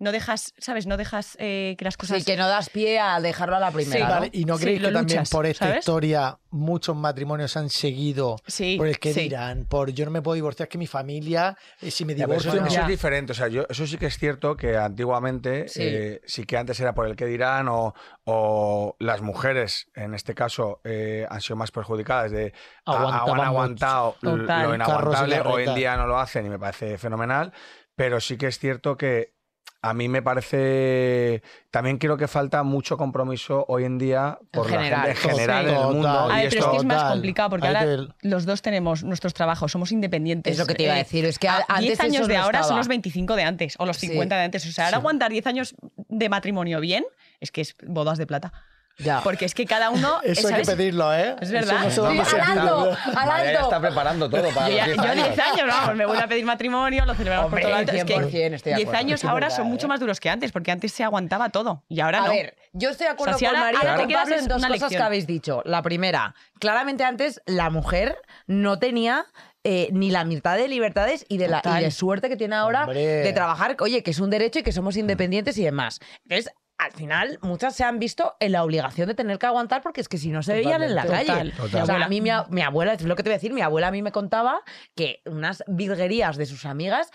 no dejas, ¿sabes? No dejas eh, que las cosas... Sí, que no das pie a dejarlo a la primera. Sí, ¿no? Vale, y no Sí, creéis lo que también luchas, por esta ¿sabes? historia muchos matrimonios han seguido Sí, por el que sí. dirán, por yo no me puedo divorciar, es que mi familia, eh, si me Ya, pero divorcio, eso, no eso Ya. es diferente. O sea, yo, eso sí que es cierto que antiguamente Sí. sí, sí que antes era por el que dirán o, o las mujeres, en este caso, eh, han sido más perjudicadas de a- Aguantaban han aguantado mucho. l- Total. lo Carros y inaguantable. carretas. Hoy en día no lo hacen y me parece fenomenal. Pero sí que es cierto que a mí me parece... También creo que falta mucho compromiso hoy en día por la general, gente en general en el total. mundo. A y ver, pero es que esto- pues es más Total. complicado porque Ahí ahora te- los dos tenemos nuestros trabajos, somos independientes. Es lo que te iba a Eh, decir, es que a- a- antes 10 años eso de no ahora son estaba. los 25 de antes o los Sí. 50 de antes. O sea, ahora Sí. aguantar 10 años de matrimonio bien es que es bodas de plata. Ya. Porque es que cada uno. Eso hay que ¿sabes? pedirlo, ¿eh? Es verdad. Eso no se Sí, va a al pedir. alto, al María ya alto. está preparando todo para los Yo ya, 10 yo años. 10 años, vamos, me vuelvo a pedir matrimonio, lo celebramos Hombre, por todo lo alto. Es que 100% estoy de 10 acuerdo. años Es ahora verdad, son ¿eh? mucho más duros que antes, porque antes se aguantaba todo y ahora A no. ver, yo estoy de acuerdo O sea, si con ahora- María ahora y te con quedas Pablo es en dos una cosas lección. que habéis dicho. La primera, claramente antes la mujer no tenía eh, ni la mitad de libertades y de, la, y Total. de suerte que tiene ahora Hombre. de trabajar, oye, que es un derecho y que somos independientes y demás. Entonces, al final, muchas se han visto en la obligación de tener que aguantar porque es que si no se veían en la Totalmente. calle. Total. O sea, Total. a mí mi, a- mi abuela, es lo que te voy a decir, mi abuela a mí me contaba que unas virguerías de sus amigas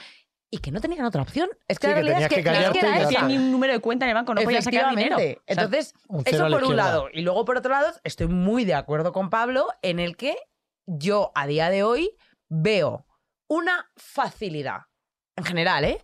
y que no tenían otra opción. Es que Sí, la que realidad tenías es que, que es callarte era y ya esa. Tenía ni un número de cuenta en el banco, no podía sacar dinero. Efectivamente. O sea, Entonces, un cero eso a la por un izquierda. lado. Y luego, por otro lado, estoy muy de acuerdo con Pablo en el que yo a día de hoy veo una facilidad, en general, ¿eh?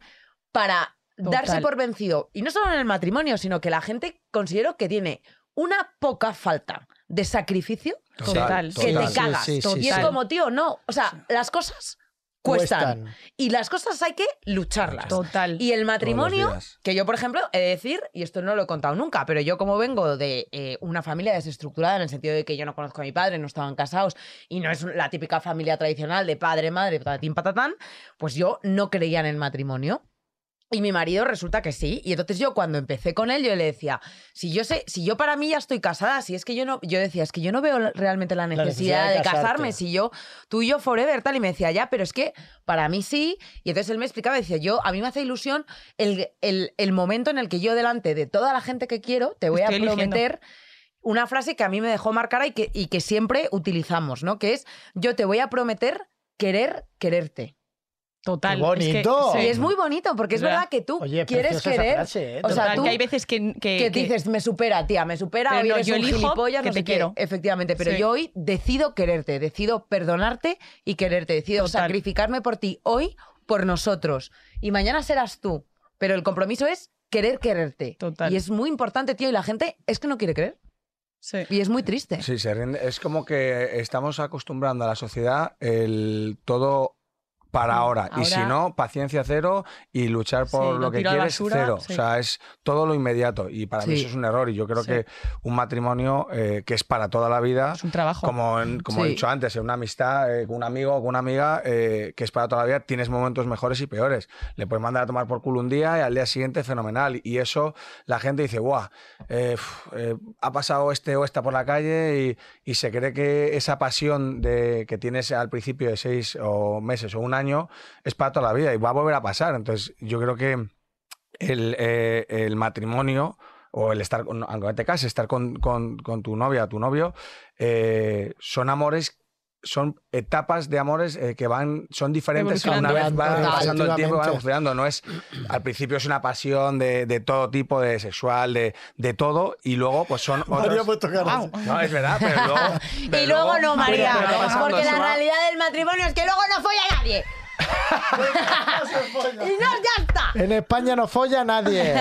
Para darse Total. por vencido. Y no solo en el matrimonio, sino que la gente considero que tiene una poca falta de sacrificio Total. que Total. te cagas. Sí, sí, sí, y es sí. como, tío, no. O sea, las cosas cuestan. Y las cosas hay que lucharlas. Total. Y el matrimonio días. que yo, por ejemplo, he de decir, y esto no lo he contado nunca, pero yo como vengo de eh, una familia desestructurada, en el sentido de que yo no conozco a mi padre, no estaban casados, y no es la típica familia tradicional de padre, madre, patatín, patatán, pues yo no creía en el matrimonio. Y mi marido resulta que sí. Y entonces yo cuando empecé con él, yo le decía, si yo sé, si yo para mí ya estoy casada, si es que yo no, yo decía, es que yo no veo la- realmente la necesidad, necesidad de de, casarte. casarme, si yo, tú y yo forever, tal, y me decía, ya, pero es que para mí sí. Y entonces él me explicaba, decía, yo, a mí me hace ilusión el, el- el momento en el que yo delante de toda la gente que quiero te voy a Estoy eligiendo. prometer una frase que a mí me dejó marcada y que, y que siempre utilizamos, ¿no? Que es, yo te voy a prometer querer quererte. Qué Total. es que- bonito. sí. Y es muy bonito porque es ¿Verdad? verdad que tú Oye, quieres preciosa esa querer, frase, ¿eh? o sea, Total, tú que hay veces que, que- Eh, que que- dices, me supera, tía, me supera, Pero hoy no, eres yo un elijo gilipollas, que no te sé qué". quiero. Efectivamente, pero Sí. yo hoy decido quererte, decido perdonarte y quererte, decido Total. sacrificarme por ti hoy, por nosotros. Y mañana serás tú, pero el compromiso es querer quererte. Total. Y es muy importante, tío, y la gente es que no quiere creer. Sí. Y es muy triste. Sí, se rinde. Es como que estamos acostumbrando a la sociedad el todo para ahora. Y si Mm, ahora- no, paciencia cero y luchar por Sí, lo lo que tiro a la quieres basura, cero. sí. O sea, es todo lo inmediato. Y para mí Sí. eso es un error. Y yo creo Sí. que un matrimonio eh, que es para toda la "Ah, vida, Es un trabajo. como, en- como he Sí. dicho antes, en una amistad eh, con un amigo o con una amiga eh, que es para toda la vida, tienes momentos mejores y peores. Le puedes mandar a tomar por culo un día y al día siguiente fenomenal. Y eso la gente dice, guau, eh, uf, eh, ha pasado este o esta por la calle y, y se cree que esa pasión de, que tienes al principio de seis o meses o un año es para toda la vida y va a volver a pasar. Entonces yo creo que el, eh, el matrimonio o el estar, con- aunque no te cases, estar con, con- con tu novia, tu novio, eh, son amores, son etapas de amores eh, que van, son diferentes una vez Evolucionando. va Total. pasando el tiempo, Efectivamente. van evolucionando. No es, al principio es una pasión de, de todo tipo, de sexual, de, de todo, y luego pues son María otros... ha puesto caras. No, es verdad, pero luego... Y luego no, María. Pero va pasando, porque la eso va- realidad del matrimonio es que luego no folla nadie. y no, ya está. En España no folla nadie.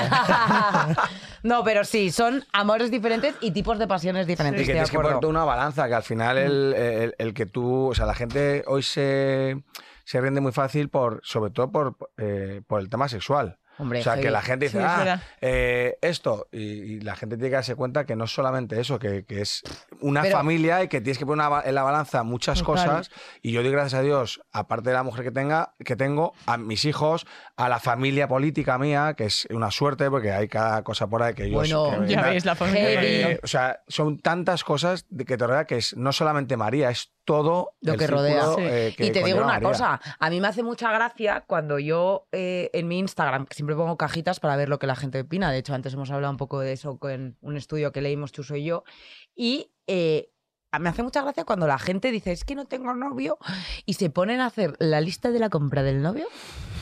no, pero sí, son amores diferentes y tipos de pasiones diferentes. Y que estoy de tienes que acuerdo. Mm. ponerte una balanza, que al final el, el- el que tú, o sea, la gente hoy se, se rinde muy fácil por, sobre todo por, eh, por el tema sexual. Hombre, o sea, que heavy. la gente dice, Sí, es ah, verdad. eh, esto, y, y la gente tiene que darse cuenta que no es solamente eso, que, que es una Pero- familia y que tienes que poner una ba- en la balanza muchas cosas. Y yo doy gracias a Dios, aparte de la mujer que, tenga, que tengo, a mis hijos, a la familia política mía, que es una suerte, porque hay cada cosa por ahí que yo... Bueno, que- Ya veis la familia. Heavy. de eh, María. o sea, son tantas cosas de que te rodea que es no solamente María, es todo Lo el que círculo, rodea. Sí. eh, que y te digo conlleva una María. cosa, a mí me hace mucha gracia cuando yo eh, en mi Instagram, que siempre pongo cajitas para ver lo que la gente opina, de hecho antes hemos hablado un poco de eso con un estudio que leímos Chuso y yo, y eh, a- me hace mucha gracia cuando la gente dice, es que no tengo novio, y se ponen a hacer la lista de la compra del novio.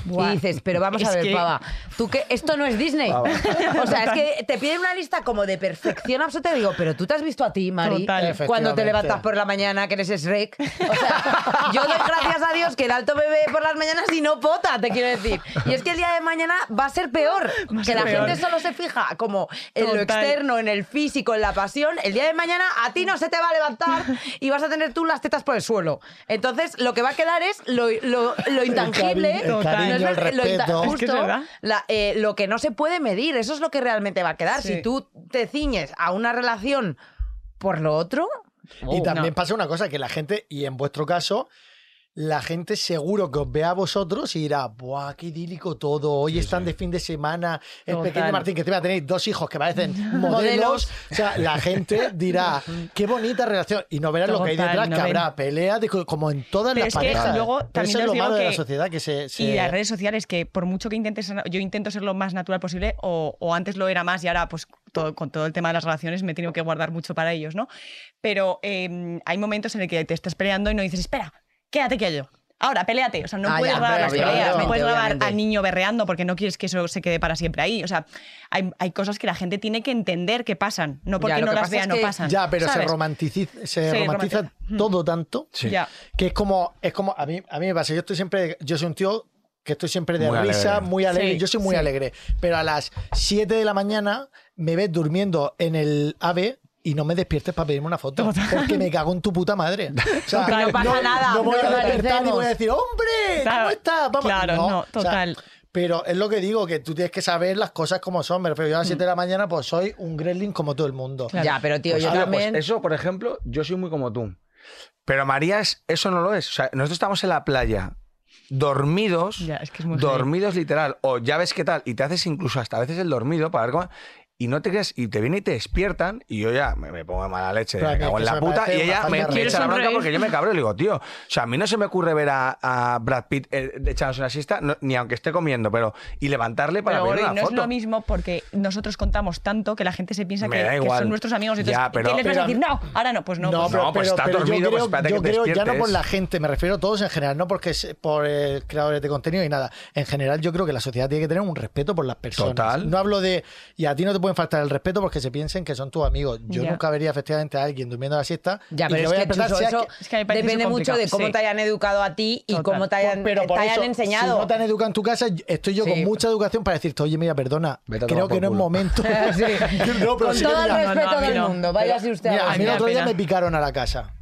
Y dices, pero vamos a Es ver, que- pava, tú que esto no es Disney. Pava. O sea, es que te piden una lista como de perfección absoluta. Y digo, pero tú te has visto a ti, Mari, Total. cuando te Efectivamente. levantas por la mañana, que eres Shrek. O sea, yo doy gracias a Dios que el alto bebé por las mañanas y no pota, te quiero decir. Y es que el día de mañana va a ser peor. Va a que ser la peor. gente solo se fija como en lo Total. externo, en el físico, en la pasión. El día de mañana a ti no se te va a levantar y vas a tener tú las tetas por el suelo. Entonces, lo que va a quedar es lo, lo- lo cari- intangible. el No es cariño, el verdad- respeto. lo inta- Es que es justo, verdad. la- eh, lo que no se puede medir, eso es lo que realmente va a quedar. Sí. Si tú te ciñes a una relación por lo otro, y Oh, también no. pasa una cosa, que la gente, y en vuestro caso, la gente seguro que os ve a vosotros y dirá, ¡buah, qué idílico todo! Hoy están de fin de semana, el Total. pequeño Martín, que te va a tener dos hijos que parecen modelos. o sea, la gente dirá, ¡qué bonita relación! Y no verás lo que hay Total, detrás, no que ven. habrá peleas, discu- como en todas Pero las es que parejas. luego Pero también eso es os lo digo malo de la que- sociedad, que se... se- Y las redes sociales, que por mucho que intentes, ser- yo intento ser lo más natural posible, o, o antes lo era más y ahora, pues todo- con todo el tema de las relaciones, me he tenido que guardar mucho para ellos, ¿no? Pero eh, hay momentos en el que te estás peleando y no dices, espera, quédate quieto. Ahora, peleate. O sea, no Ah, ya, puedes grabar las hombre, peleas, obviamente, no puedes grabar obviamente. al niño berreando porque no quieres que eso se quede para siempre ahí. O sea, hay, hay cosas que la gente tiene que entender que pasan, no porque Ya, lo no que las pasa vea, es no que- pasan. Ya, pero se ¿sabes? romantici- se Sí, romantiza romantiza. todo tanto Sí. Ya. que es como es como a mí a mí me pasa yo estoy siempre yo soy un tío que estoy siempre de Muy risa alegre. muy alegre Sí, yo soy muy sí. alegre pero a las 7 de la mañana me ves durmiendo en el AVE y no me despiertes para pedirme una foto porque me cago en tu puta madre o sea, Total. No pasa nada, no voy a normalicemos. despertar y voy a decir hombre Claro, ¿cómo estás? Vamos". claro, no, o sea, total. pero es lo que digo, que tú tienes que saber las cosas como son. Me refiero, Mm. yo a las 7 de la mañana pues soy un gremlin como todo el mundo. ya, pero tío, Pues yo habla, pues, también. eso, por ejemplo, yo soy muy como tú. Pero María, es, eso no lo es. O sea, nosotros estamos en la playa, dormidos, Ya, es que es muy dormidos literal, o ya ves qué tal, y te haces incluso hasta a veces el dormido para ver cómo... Y no te creas, y te viene y te despiertan, y yo ya me, me pongo de mala leche, Pero a me mí es que cago en eso la me puta, parece una y ella falta me, de me respeto. echa la bronca Quiero porque yo me cabreo y le digo, tío, o sea, a mí no se me ocurre ver a, a Brad Pitt eh, echándose una siesta, no- ni aunque esté comiendo, pero. Y levantarle para Pero ver Gori, una no foto. es lo mismo porque nosotros contamos tanto que la gente se piensa Me que, da que igual. son nuestros amigos. Entonces, Ya, pero- ¿qué les vas Pero- a decir? No, ahora no, pues no. No, pues pero, no, pues pero- está pero dormido, yo creo, pues espérate yo que te creo ya no despiertes. por la gente, me refiero a todos en general, no porque es por eh, creadores de contenido y nada. En general, yo creo que la sociedad tiene que tener un respeto por las personas. Total. No hablo de. Y a ti no te pueden faltar el respeto porque se piensen que son tus amigos. Yo Ya. nunca vería efectivamente a alguien durmiendo la siesta. Ya, y pero le es voy a que, empezar, Chuso, si es eso que- Es que me parece depende súper mucho de complicado, cómo sí. te hayan educado a ti y Total. cómo te hayan, Pero por te hayan eso, enseñado. Si no te han educado en tu casa, yo- estoy yo Sí. con mucha educación para decirte, oye, mira, perdona, Vete a tomar creo que por no es culo". momento. Sí. No, pero Con sí que todo el mira, no, no, respeto a mí del no. mundo, váyase usted mira, a a mí el da otro día pena. me picaron a la casa.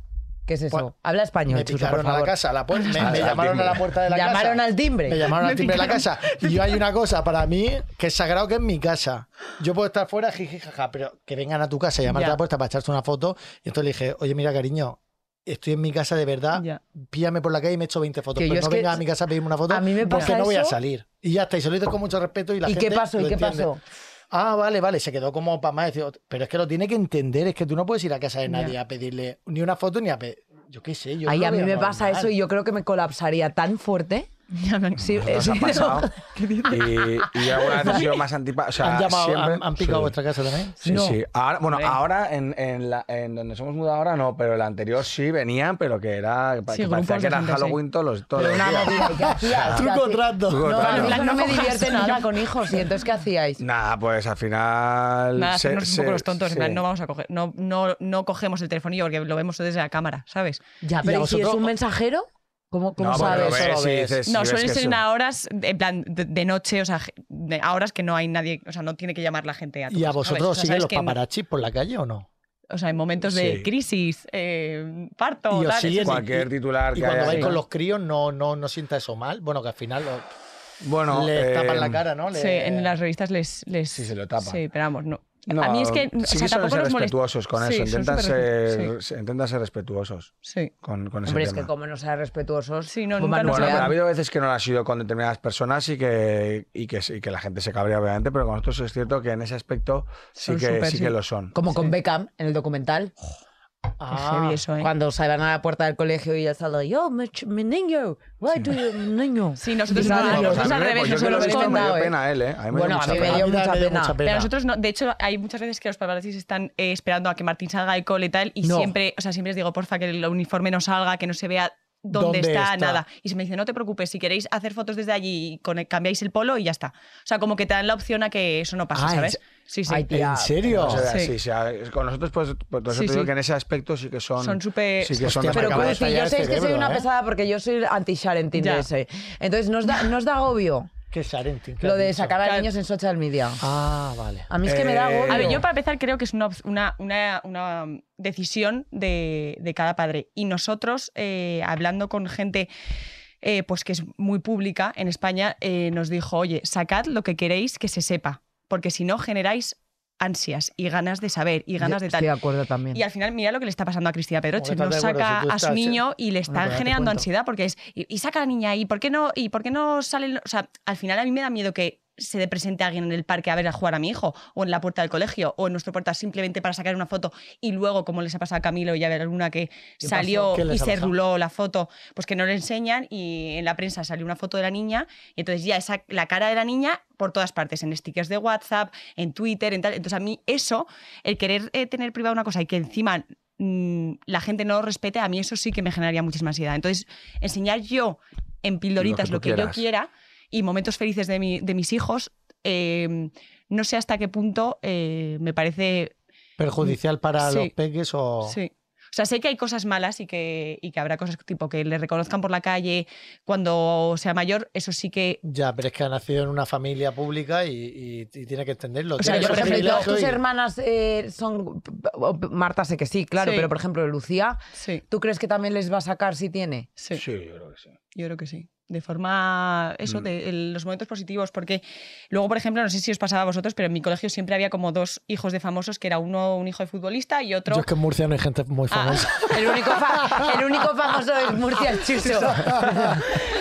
¿Qué es Bueno, eso? Habla español, Me Chuso, por picaron a la favor. casa, a la puerta, me, Al- me al llamaron a la timbre. puerta de la casa. Llamaron al timbre. Me llamaron al timbre de la casa. Y yo hay una cosa para mí que es sagrado que es mi casa. Yo puedo estar fuera, jiji, jaja, pero que vengan a tu casa y llamarte Ya. a la puerta para echarte una foto. Y entonces le dije, oye, mira, cariño, estoy en mi casa de verdad, Ya. píllame por la calle y me echo 20 fotos. Que yo pero es no que- vengas a mi casa a pedirme una foto a mí me porque pasa no voy a eso. salir. Y ya está, y se lo hice con mucho respeto y la ¿Y gente qué pasó? lo ¿Y qué entiende. pasó? Ah, vale, vale, se quedó como para más. decir, "Ot- Pero es que lo tiene que entender, es que tú no puedes ir a casa de nadie a pedirle ni una foto ni a pedir. Yo qué sé, yo. Ay, lo a mí veo me pasa normal. eso y yo creo que me colapsaría tan fuerte. Ya me han- Sí, eh, Nos sí, ha no. pasado. Y, y yo alguna vez he sido más antipático. O sea, ¿Han, llamado, siempre- han, han picado sí. vuestra casa también? Sí, No. sí. Ahora, bueno, Hombre. ahora en, en la- en donde somos mudado ahora no, pero el anterior sí venían, pero que era que pa- Sí, que parecía grupos que de era gente, sí. Halloween todos los todos los Una días. movida, ¿y qué hacías? Truco o ¿Qué trato. Truco o No, trato. no, plan, no no me cojas divierte nada. nada con hijos. ¿Y entonces qué hacíais? Nada, pues al final. Nada, se- hacernos un se- poco los tontos, en sí. plan, no vamos a coger, no, no, no cogemos el telefonillo porque lo vemos desde la cámara, ¿sabes? Ya, ¿Y pero a ¿y si es vosotros? un mensajero? ¿Cómo, cómo No, porque sabes? lo Eso ves y lo dices, No, y ves suelen que ser es en un- horas, en plan, de, de noche, o sea, ge- de- a horas que no hay nadie, o sea, no tiene que llamar la gente a tu ¿Y a casa, ¿sabes? vosotros O sea, siguen sabes los que no- paparachis por la calle o no? o sea, en momentos de Sí. crisis, eh, parto, Y os tal, siguen- Cualquier Y- titular Y que cuando haya. vais ahí, con ¿no? los críos, no, no, no sienta eso mal. Bueno, que al final lo- Bueno, les eh, tapan la cara, ¿no? sí, Le- en las revistas les, les... Sí, se lo tapan. Sí, pero vamos, no. no, a mí es que, o sí suelen sea, tampoco ser nos molesta. respetuosos con Sí, eso. son Intentan súper ser, se- intentan ser respetuosos Sí. con, con ese Hombre, es tema. que como no sean respetuosos, Sí, no, bomba nunca nos Bueno, nuclear. pero ha habido veces que no lo ha sido con determinadas personas y que, y que, y que la gente se cabrea, obviamente, pero con nosotros es cierto que en ese aspecto sí Son que, súper, sí sí. que lo son. Como Sí. con Beckham en el documental, Ah, Ah, eso, ¿eh? cuando se van a la puerta del colegio y ya sale, yo, mi, ch- mi niño, why do you, mi niño? Sí, nosotros, Bizarro. no, Pues nosotros a al mí me- pues revés, yo nos que lo lo he hemos visto me dio inventado, ¿eh? pena a él, ¿eh? A mí me Bueno, dio a mucha mí me pena. dio A mí mucha me dio pena. mucha pena. Pero nosotros no. De hecho, hay muchas veces que los paparazzis están eh, esperando a que Martín salga del cole y tal. Y No. siempre, o sea, siempre les digo, porfa, que el uniforme no salga, que no se vea ¿Dónde dónde, está, está? nada. Y se me dice, no te preocupes, si queréis hacer fotos desde allí, con el- cambiáis el polo y ya está. O sea, como que te dan la opción a que eso no pase, Ah, ¿en ¿sabes? se- Sí, sí. Ay, tío. ¿En serio? O sea, Sí. sí, sí, a- con nosotros, pues, pues por eso Sí, te digo sí. que en ese aspecto sí que son. Son súper- Sí que son Hostia, de me Pero acabo marcar. de Cuti, estallar yo el sé que soy cerebro, una ¿eh? pesada porque yo soy anti-sharenting Ya. de ese. Entonces, ¿nos da, nos da agobio Qué Sharentin, ¿qué lo has de dicho? sacar a Claro. niños en social media? Ah, vale. A mí es que me da Eh, agobio. A ver, yo para empezar creo que es una, op- una, una- una decisión de, de cada padre. Y nosotros, eh, hablando con gente eh, pues que es muy pública en España, eh, nos dijo, oye, sacad lo que queréis que se sepa, porque si no generáis ansias y ganas de saber y ganas de Estoy de tal. acuerdo también. Y al final, mira lo que le está pasando a Cristina Pedroche. Hombre, No estás de acuerdo, saca si tú a su estás- eh, niño y le Bueno, están pero ya te generando cuento. ansiedad porque es. Y, y saca a la niña y ¿por qué no? ¿Y por qué no salen? O sea, al final a mí me da miedo que se le presente a alguien en el parque a ver a jugar a mi hijo o en la puerta del colegio o en nuestra puerta simplemente para sacar una foto y luego como les ha pasado a Camilo y a ver alguna que ¿Qué salió pasó? ¿Qué y les ha se pasado? ruló la foto pues que no le enseñan y en la prensa salió una foto de la niña y entonces ya esa, la cara de la niña por todas partes en stickers de WhatsApp en Twitter en tal entonces a mí eso el querer eh, tener privado una cosa y que encima mm, la gente no lo respete, a mí eso sí que me generaría muchísima ansiedad. Entonces, enseñar yo en pildoritas Lo lo que que, tú yo quieras. quiera y momentos felices de, mi- de mis hijos, eh, no sé hasta qué punto eh, me parece... ¿Perjudicial para Sí. los peques o...? Sí. O sea, sé que hay cosas malas y que, y que habrá cosas tipo que le reconozcan por la calle cuando sea mayor, eso sí que... Ya, pero es que ha nacido en una familia pública y, y- y tiene que entenderlo. O sea, Tiene yo, su por por ejemplo, privilegio tus y- hermanas eh, son. Marta sé que sí, claro, Sí. pero por ejemplo, Lucía, Sí, ¿tú crees que también les va a sacar si tiene? sí. Sí, yo creo que sí. Yo creo que sí. De forma, eso, Mm. de el- los momentos positivos, porque luego, por ejemplo, no sé si os pasaba a vosotros, pero en mi colegio siempre había como dos hijos de famosos, que era uno un hijo de futbolista y otro... Yo es que en Murcia no hay gente muy Ah, famosa. El único, fa- el único famoso es Murcia el Chuso.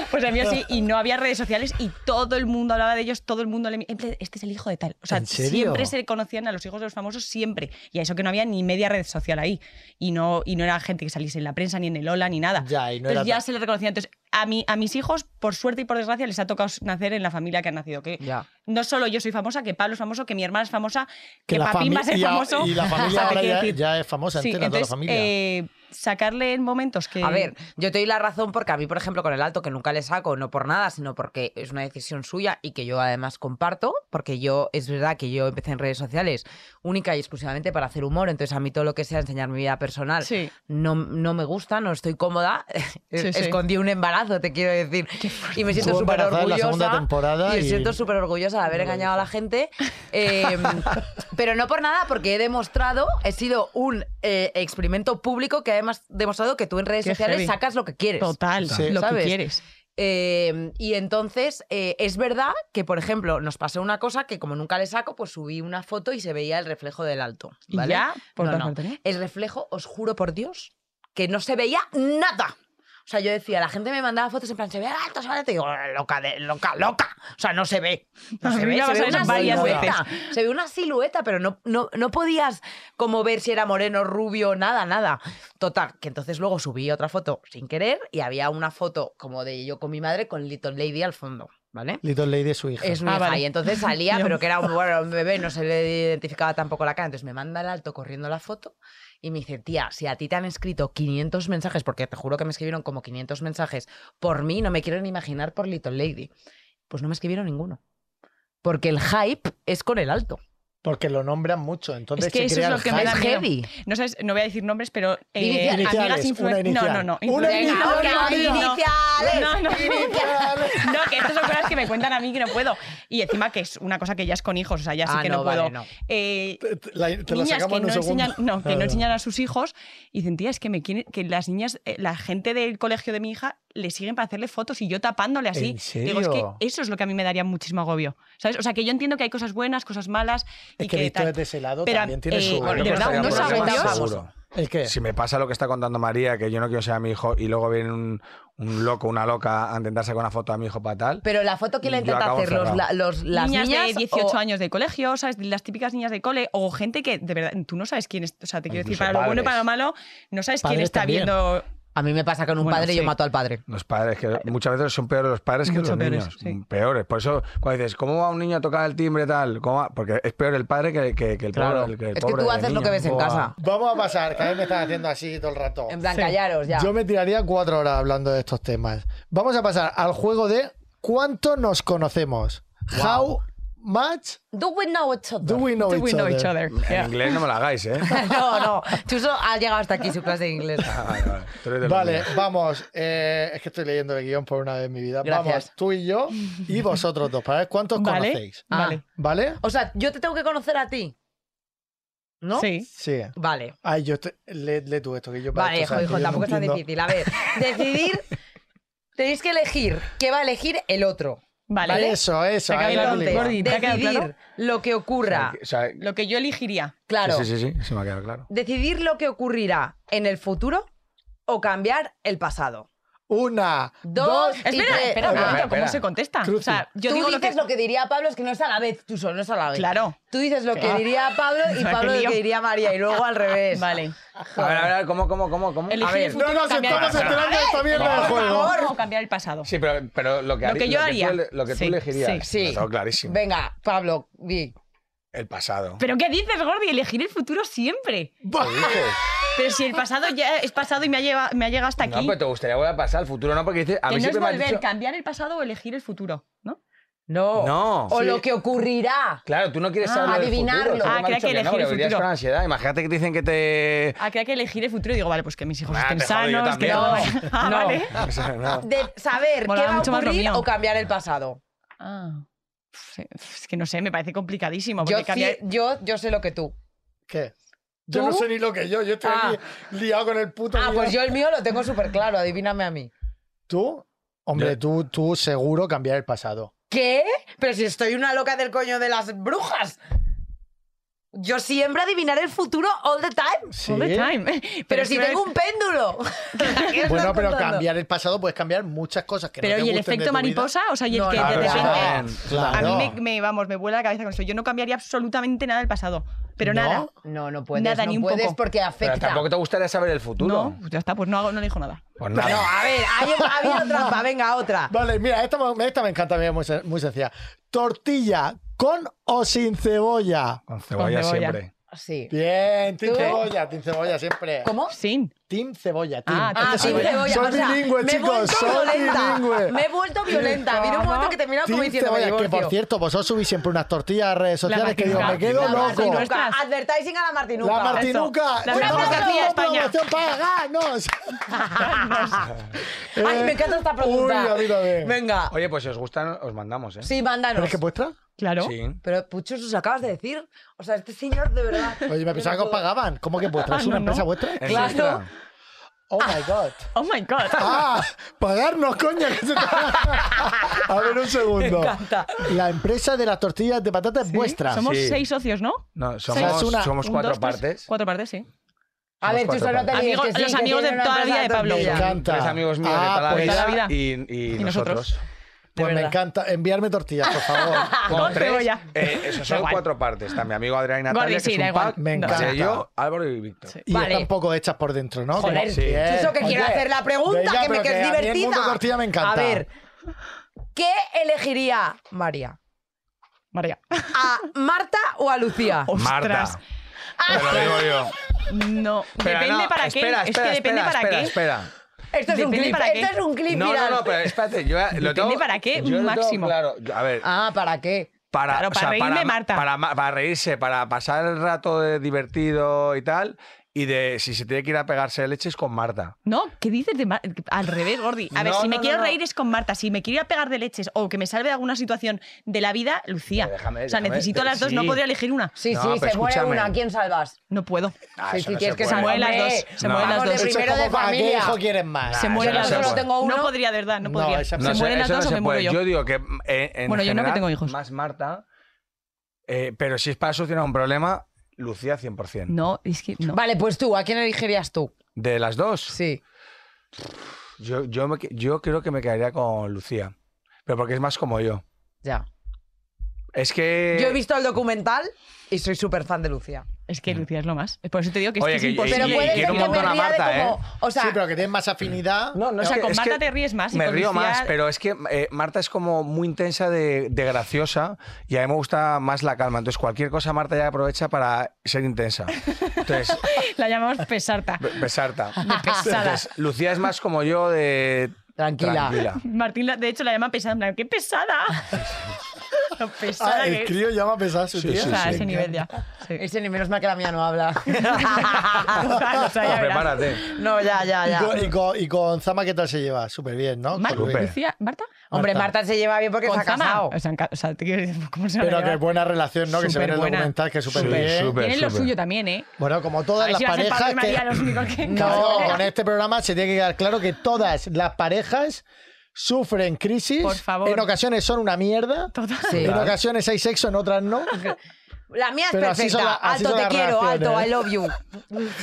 pues a mí así, y no había redes sociales y todo el mundo hablaba de ellos, todo el mundo le... en plan, Este es el hijo de tal. O sea, ¿En serio? siempre se conocían a los hijos de los famosos, siempre. Y a eso que no había ni media red social ahí. Y no, y no era gente que saliese en la prensa, ni en el Ola, ni nada. Ya, y no era Entonces Pues ya tan- se les reconocía. Entonces, a, mí, a mis hijos, por suerte y por desgracia, les ha tocado nacer en la familia que han nacido. Que Ya. no solo yo soy famosa, que Pablo es famoso, que mi hermana es famosa, que, la Papín va a fami- ser y a- famoso. Y la O familia sea, te ahora quiero ya, decir- ya es famosa Sí, entera, entonces, toda la familia. eh, sacarle en momentos que... A ver, yo te doy la razón porque a mí, por ejemplo, con el alto, que nunca le saco, no por nada, sino porque es una decisión suya y que yo además comparto, porque yo, es verdad que yo empecé en redes sociales única y exclusivamente para hacer humor, entonces a mí todo lo que sea enseñar mi vida personal Sí. no, no me gusta, no estoy cómoda. Sí, sí. Escondí un embarazo, te quiero decir. Y me siento Estuvo súper embarazada orgullosa. en la segunda temporada y me y- siento súper orgullosa de haber engañado a la gente. Eh, pero no por nada, porque he demostrado, he sido un eh, experimento público que además demostrado que tú en redes Qué sociales heavy. sacas lo que quieres. Total, Sí. lo ¿Sabes? que quieres. Eh, y entonces, eh, es verdad que, por ejemplo, nos pasó una cosa que como nunca le saco, pues subí una foto y se veía el reflejo del alto. Y ¿vale? ya, por No, todas no. partes, ¿no? El reflejo, os juro por Dios, que no se veía nada. O sea, yo decía, la gente me mandaba fotos en plan, se ve alto, se ve alto. Y digo, loca, de- loca, loca. O sea, no se ve. No A se mí ve, me ha se ve pasado una eso varias silueta. Se ve una silueta, pero no, no, no podías como ver si era moreno, rubio, nada, nada. Total, que entonces luego subí otra foto sin querer y había una foto como de yo con mi madre con Little Lady al fondo, ¿vale? Little Lady es su hija. Es mi Ah, hija, vale. y entonces salía, Yo- pero que era un, bueno, era un bebé, no se le identificaba tampoco la cara. Entonces me manda el alto corriendo la foto y me dice, tía, si a ti te han escrito 500 mensajes, porque te juro que me escribieron como 500 mensajes por mí, no me quiero ni imaginar por Little Lady. Pues no me escribieron ninguno. Porque el hype es con el alto. Porque lo nombran mucho, entonces Es que se eso crea es el lo que me hype. da es miedo. heavy. No, sabes, no voy a decir nombres, pero eh, Iniciales, amigas una influencers. No, inicial. no, no. Una influen- inicial. no, María. ahora, iniciales. No, no. Iniciales. No, que estas son cosas que me cuentan a mí que no puedo. Y encima que es una cosa que ya es con hijos, o sea, ya sé Ah, que no, no, puedo. vale, no. Eh, Te- te- la- te la niñas sacamos que en no un segundo. enseñan, no, que no Claro. enseñan a sus hijos y dicen, tía, es que me quieren, que las niñas, eh, la gente del colegio de mi hija le siguen para hacerle fotos y yo tapándole así. ¿En Digo, es serio? que eso es lo que a mí me daría muchísimo agobio. ¿Sabes? O sea, que yo entiendo que hay cosas buenas, cosas malas y Es que visto tal. desde ese lado Pero, también tiene eh, su... bueno, Yo de verdad, creo que unos estaría en problemas, agobios. seguro. ¿El qué? Si me pasa lo que está contando María, que yo no quiero ser a mi hijo y luego viene un, un loco, una loca a intentar sacar una foto a mi hijo para tal. Pero la foto que le Yo intenta acabo hacer los, la- encerrado. los- las niñas, niñas, de 18 o- años de colegio, ¿sabes? Las típicas niñas de cole o gente que de verdad tú no sabes quién es, o sea, te quiero decir, Incluso para lo bueno y para lo padres. malo, no sabes quién Padres está también. viendo. A mí me pasa con un Bueno, padre y yo sí. mato al padre. Los padres, que muchas veces son peores los padres que Mucho los peores, niños. sí. Peores. Por eso, cuando dices, ¿cómo va un niño a tocar el timbre tal? ¿Cómo va? Porque es peor el padre que, que- que el Claro. pobre. el- el Es que pobre tú haces lo niño. que ves en Buah. casa. Vamos a pasar, que a mí me estás haciendo así todo el rato. En plan, callaros ya. Yo me tiraría cuatro horas hablando de estos temas. Vamos a pasar al juego de ¿Cuánto nos conocemos? How much Do we know each other? do we know, Do each, we know other? each other? En Yeah. inglés no me la hagáis, ¿eh? No, no. Chuso ha llegado hasta aquí su clase de inglés. Ah, vale, vale. Tú eres de los Vale, míos. vamos. eh, es que estoy leyendo el guión por una vez en mi vida. Vamos, Gracias. tú y yo y vosotros dos, para ver cuántos Vale. conocéis. Ah, Vale. ¿Vale? O sea, yo te tengo que conocer a ti. ¿No? Sí. Sí. Vale. Ay, yo te- le, le tú esto que yo para Vale, esto, o sea, que hijo, yo hijo, no tampoco es tan entiendo. difícil. A ver, decidir. Tenéis que elegir qué va a elegir el otro. Vale. ¿Vale? Eso, eso. Saca ahí la el hemos once. liado. Gordi, ¿te ha quedado Decidir claro? lo que ocurra. O sea, Lo que yo elegiría. Claro. Sí, sí, sí, sí, se me ha quedado claro. Decidir lo que ocurrirá en el futuro o cambiar el pasado. Una, Dos, dos. Y Espera, te- espera un Espera, momento, espera. ¿cómo se contesta? Cruci. O sea, yo Tú digo lo dices que. lo que diría Pablo, es que no es a la vez, tú solo, no es a la vez. Claro. Tú dices lo que Ah. diría Pablo y Ah, qué Pablo lo lío. que diría María y luego al revés. Vale. A ver, a ver, a ver, ¿cómo, cómo, cómo? cómo? Elegir A ver. el futuro No nos o cambiar el estamos pasado. enterando de esta mierda del Por juego. favor, o cambiar el pasado. Sí, pero, pero lo que, Lo harí- que yo haría. tú ele- lo que tú Sí, elegirías. sí. Sí. Lo tengo clarísimo. Venga, Pablo, di. El pasado. ¿Pero qué dices, Gordi? Elegir el futuro siempre. ¿Qué dices? Pero si el pasado ya es pasado y me ha, lleva- me ha llegado hasta No, aquí. pero te gustaría volver a pasar al futuro, no, porque dices. A que mí no es siempre me han volver, dicho. cambiar el pasado o elegir el futuro, ¿no? No. No. O lo que ocurrirá. Claro, tú no quieres Ah, saber lo del adivinarlo. futuro, siempre Ah, me han creía dicho que no, elegir el vivías futuro. con ansiedad. Imagínate que te dicen que te. Ah, que hay que elegir el futuro y digo, vale, pues que mis hijos Ah, estén te jodo yo sanos, que también. no. No. Ah, No. vale. O sea, no. De saber Molaba qué va a mucho más lo ocurrir mío. o cambiar el pasado. Ah. Uf, Es que no sé, me parece complicadísimo. Yo, Porque cambiar... sí- yo, yo sé lo que tú. ¿Qué? Yo no ¿Tú? sé ni lo que yo. Yo estoy Ah. aquí liado con el puto. Ah, guión. pues yo el mío lo tengo súper claro, adivíname a mí. ¿Tú? Hombre, Yo- tú, tú seguro cambiar el pasado. ¿Qué? Pero si estoy una loca del coño de las brujas. Yo siempre adivinar el futuro all the time. Sí. All the time. Pero, Pero es si que una tengo vez- un péndulo. ¿Qué estás Bueno, pero contando? cambiar el pasado puedes cambiar muchas cosas que Pero no te ¿y el gusten de efecto tu vida. mariposa? O sea, y el No, que no, de no, repente... no, A Claro. mí me, me- vamos, me vuela la cabeza con esto. Yo no cambiaría absolutamente nada del pasado. Pero ¿No? nada. No, no puedes. Nada, no ni un puedes poco. porque Pero afecta. tampoco te gustaría saber el futuro. No, pues ya está, pues no, hago, no le dijo nada. Pues No, nada. a ver, hay, ha habido trampa. Venga, otra. Vale, mira, esta, me- esta me encanta, mira, muy, sen- muy sencilla. Tortilla con o sin cebolla. Con cebolla Con cebolla. siempre. Sí. Bien, Team ¿Tú? Cebolla, Team Cebolla siempre. ¿Cómo? Sin. Team Cebolla, Team. Ah, Ah, sin cebolla. Soy o sea, bilingüe, me he chicos, vuelto soy violenta. bilingüe. Me he vuelto violenta. Mira un momento que te miro como Team diciendo, me Cebolla, que por divorcio. cierto, vosotros subís siempre unas tortillas a redes La sociales que digo, me martinuca. quedo La loco. martinuca. Martinuca. Advertising a la Martinuca. La Martinuca. La Llevamos martinuca haciendo de España. promoción, paganos. Ay, me encanta esta pregunta. eh. Uy, a mí también. Venga. Oye, pues si os gustan, os mandamos, ¿eh? Sí, ¿Pero mándanos. es que vuestra? Claro. Sí. Pero, Puchos, os acabas de decir. O sea, este señor de verdad. Oye, me pensaba que os pagaban. ¿Cómo que vuestra? ¿Es Ah, no, una empresa no. vuestra? ¿Es Claro. nuestra? Oh my god. Oh my God. ¡Ah! ¡Pagarnos, coño! que se te- A ver, un segundo. Me encanta. La empresa de las tortillas de patata es vuestra. Somos Sí. seis socios, ¿no? No, sea, es somos, una- somos Un, cuatro dos, tres, partes. Cuatro partes, sí. A ver, Somos Chuso, cuatro no te padres. líes. Amigos- que sí, los que amigos tiene de una toda la vida empresa de Pablo. tortilla. Me Ya. encanta. Tres amigos míos Ah, de toda la pues, toda vida, la vida. Y, y Y nosotros. nosotros. pues me verdad. encanta. Enviarme tortillas, por favor. Con Con cebolla. eh, eso Da son igual. cuatro partes. Está mi amigo Adrián y Natalia, Gordi, que sí, es da un igual. pack. Me Da encanta. Vale, yo, Álvaro y Víctor. Sí. Y Vale. están poco hechas por dentro, ¿no? Joder, Como- Bien, Chuso, que quiero ¿eh? oye, hacer la pregunta, venga, que me pero que es a mí divertida. El mundo tortilla me encanta. A ver, ¿qué elegiría María? María. ¿A Marta o a Lucía? Ostras. Marta. Te lo digo yo. No. Pero depende no, para espera, qué. Espera, es que depende espera, para espera, qué. espera. Esto es un Depende clip, para qué. esto es un clip No, no, viral. no, pero espérate. Yo ya lo Depende tengo, para qué, yo lo tengo máximo. claro. Yo- a ver, Ah, ¿para qué? para, claro, o para sea, reírme, para- Marta. Para, ma- para reírse, para pasar el rato de divertido y tal. Y de si se tiene que ir a pegarse leches con Marta. No, ¿qué dices de Mar- Al revés, Gordi. A ver, No, si me no, quiero no, no. reír es con Marta. Si me quiero ir a pegar de leches o que me salve de alguna situación de la vida, Lucía. Pero déjame, o sea, déjame. eh, necesito las dos, Sí. no podría elegir una. Sí, No, sí, pero se muere escúchame. una, ¿a quién salvas? No puedo. Ah, sí, eso sí, no tienes se que puede. Se mueren las hombre. dos, se No. mueren las Vamos de dos. Eso es primero como, ¿para familia. ¿Qué hijo quieres más? Se Ah, mueren eso no las se dos. puede. Tengo uno. No podría, de verdad, no No, podría. esa- se no sé, mueren las eso no dos o se me puede. muero yo. Yo digo que mm, eh, en Bueno, yo no, que general, tengo hijos. más Marta. eh, pero si es para solucionar un problema, Lucía 100%. No, es que no. Vale, pues tú, ¿a quién elegirías tú? De las dos, Sí. yo, yo, me que- yo creo que me quedaría con Lucía. Pero porque es más como yo. Ya. Es que... Yo he visto el documental y soy súper fan de Lucía. Es que Lucía es lo más. Por eso te digo que Oye, es, que que- es imposible. Pero Eh, y- puede ser quiero un que me montón a ría de Marta, ¿eh? como. O sea, sí, pero que tienes más afinidad. No, no, O es sea, que- con es Marta que te ríes más y Me con río Lucía- más, pero es que eh, Marta es como muy intensa de, de graciosa y a mí me gusta más la calma. Entonces, cualquier cosa Marta ya aprovecha para ser intensa. Entonces, la llamamos pesarta. pe- pesarta. pesada. Entonces, Lucía es más como yo de... Tranquila. Martín, la- de hecho, la llama pesada. En plan, ¡qué pesada! Lo pesada Ah, el que es. crío ya me a pesar su Sí, tía. O sea, a sí, ese nivel ya. Sí. ese ni menos mal que la mía no habla. O sea, ya Ah, verás. prepárate. no, ya, ya, Y ya. con, y con- y con Zama, ¿qué tal se lleva? Súper bien, ¿no? Mar- Con Luis. Súper. Lucía, Marta. Hombre, Marta. Marta se lleva bien porque se Con ha Zama. casado. O sea, en ca- o sea, te quiero decir, ¿cómo se van a Pero que llevar? buena relación, ¿no? Que se ve en el Superbuena. documental, que súper Sí, bien. súper. Tienen lo súper. suyo también, ¿eh? Bueno, como A todas ver las si va a ser parejas Pablo y que... María los únicos que... No, con este programa se tiene que quedar claro que todas las parejas sufren crisis. Por favor. En ocasiones son una mierda. Total. Sí. En ocasiones hay sexo, en otras no. La mía es Pero así perfecta. son la- así alto, son te las quiero, alto, relaciones. I love you.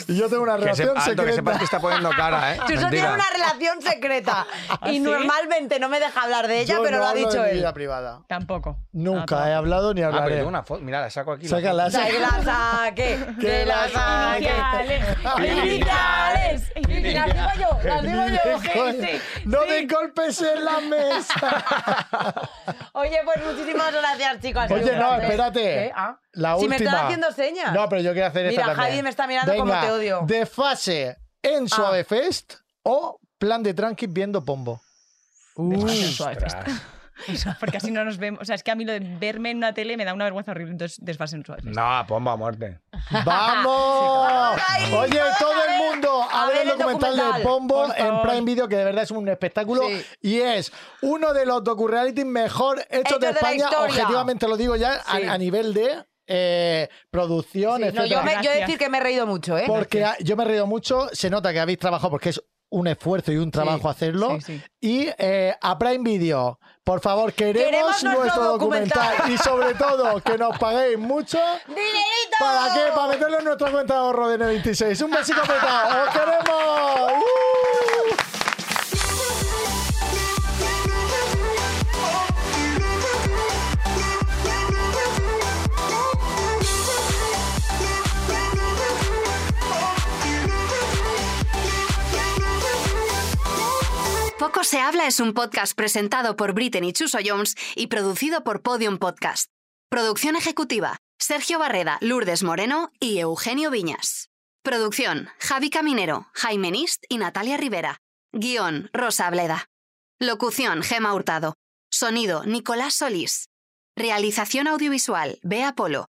Y yo tengo una Que, relación sepa- Alto, que secreta. sepas que está poniendo cara, ¿eh? Chuso tiene Mentira. una relación secreta y sí? normalmente no me deja hablar de ella, ¿Ah, Yo pero no lo ha hablo dicho de mi él. vida privada. Tampoco. Nunca No, he hablado ni Ah, pero hablaré. tengo una foto. Mira, la saco aquí. la Sácala, O sea, que sácala. la saque, que la saque. Iniciales. Iniciales. Las digo yo, las digo yo. sí, No sí. de golpes en la mesa. Oye, pues muchísimas gracias, chicos. Oye, no, Gracias. espérate. ¿Qué? Ah. La Si me última. están haciendo señas. No, pero yo quiero hacer esta Mira, también. Javi me está mirando como Venga, te odio. Ah. De fase en Suavefest o plan de tranqui viendo Pombo. Ostras. Porque así no nos vemos. O sea, es que a mí lo de verme en una tele me da una vergüenza horrible. Entonces, desfasen suave. No, pomba a muerte. ¡Vamos! Ay, Oye, todos todo a el ver- mundo a a ver ver el el documental de documental, Pombo por en favor. Prime Video, que de verdad es un espectáculo Sí. y es uno de los docu-reality mejor hechos Hechos de de la España, historia. objetivamente lo digo ya, a, Sí. a nivel de eh, producción, Sí, no, etcétera. yo, me, yo Gracias. decir que me he reído mucho, ¿eh? Porque ha- yo me he reído mucho, se nota que habéis trabajado porque es un esfuerzo y un trabajo hacerlo. Sí, sí. Y eh, a Prime Video, por favor, queremos, Queremos nuestro, nuestro documental. documental. y sobre todo que nos paguéis mucho. ¡Dinerito! ¿Para qué? Para meterlo en nuestra cuenta de ahorro de N26. Un besito apretado. ¡Os queremos! ¡Uh! Poco se habla es un podcast presentado por Britney Chuso Jones y producido por Podium Podcast. Producción ejecutiva: Sergio Barreda, Lourdes Moreno y Eugenio Viñas. Producción: Javi Caminero, Jaime Nist y Natalia Rivera. Guión: Rosa Bleda. Locución: Gema Hurtado. Sonido: Nicolás Solís. Realización audiovisual: Bea Polo.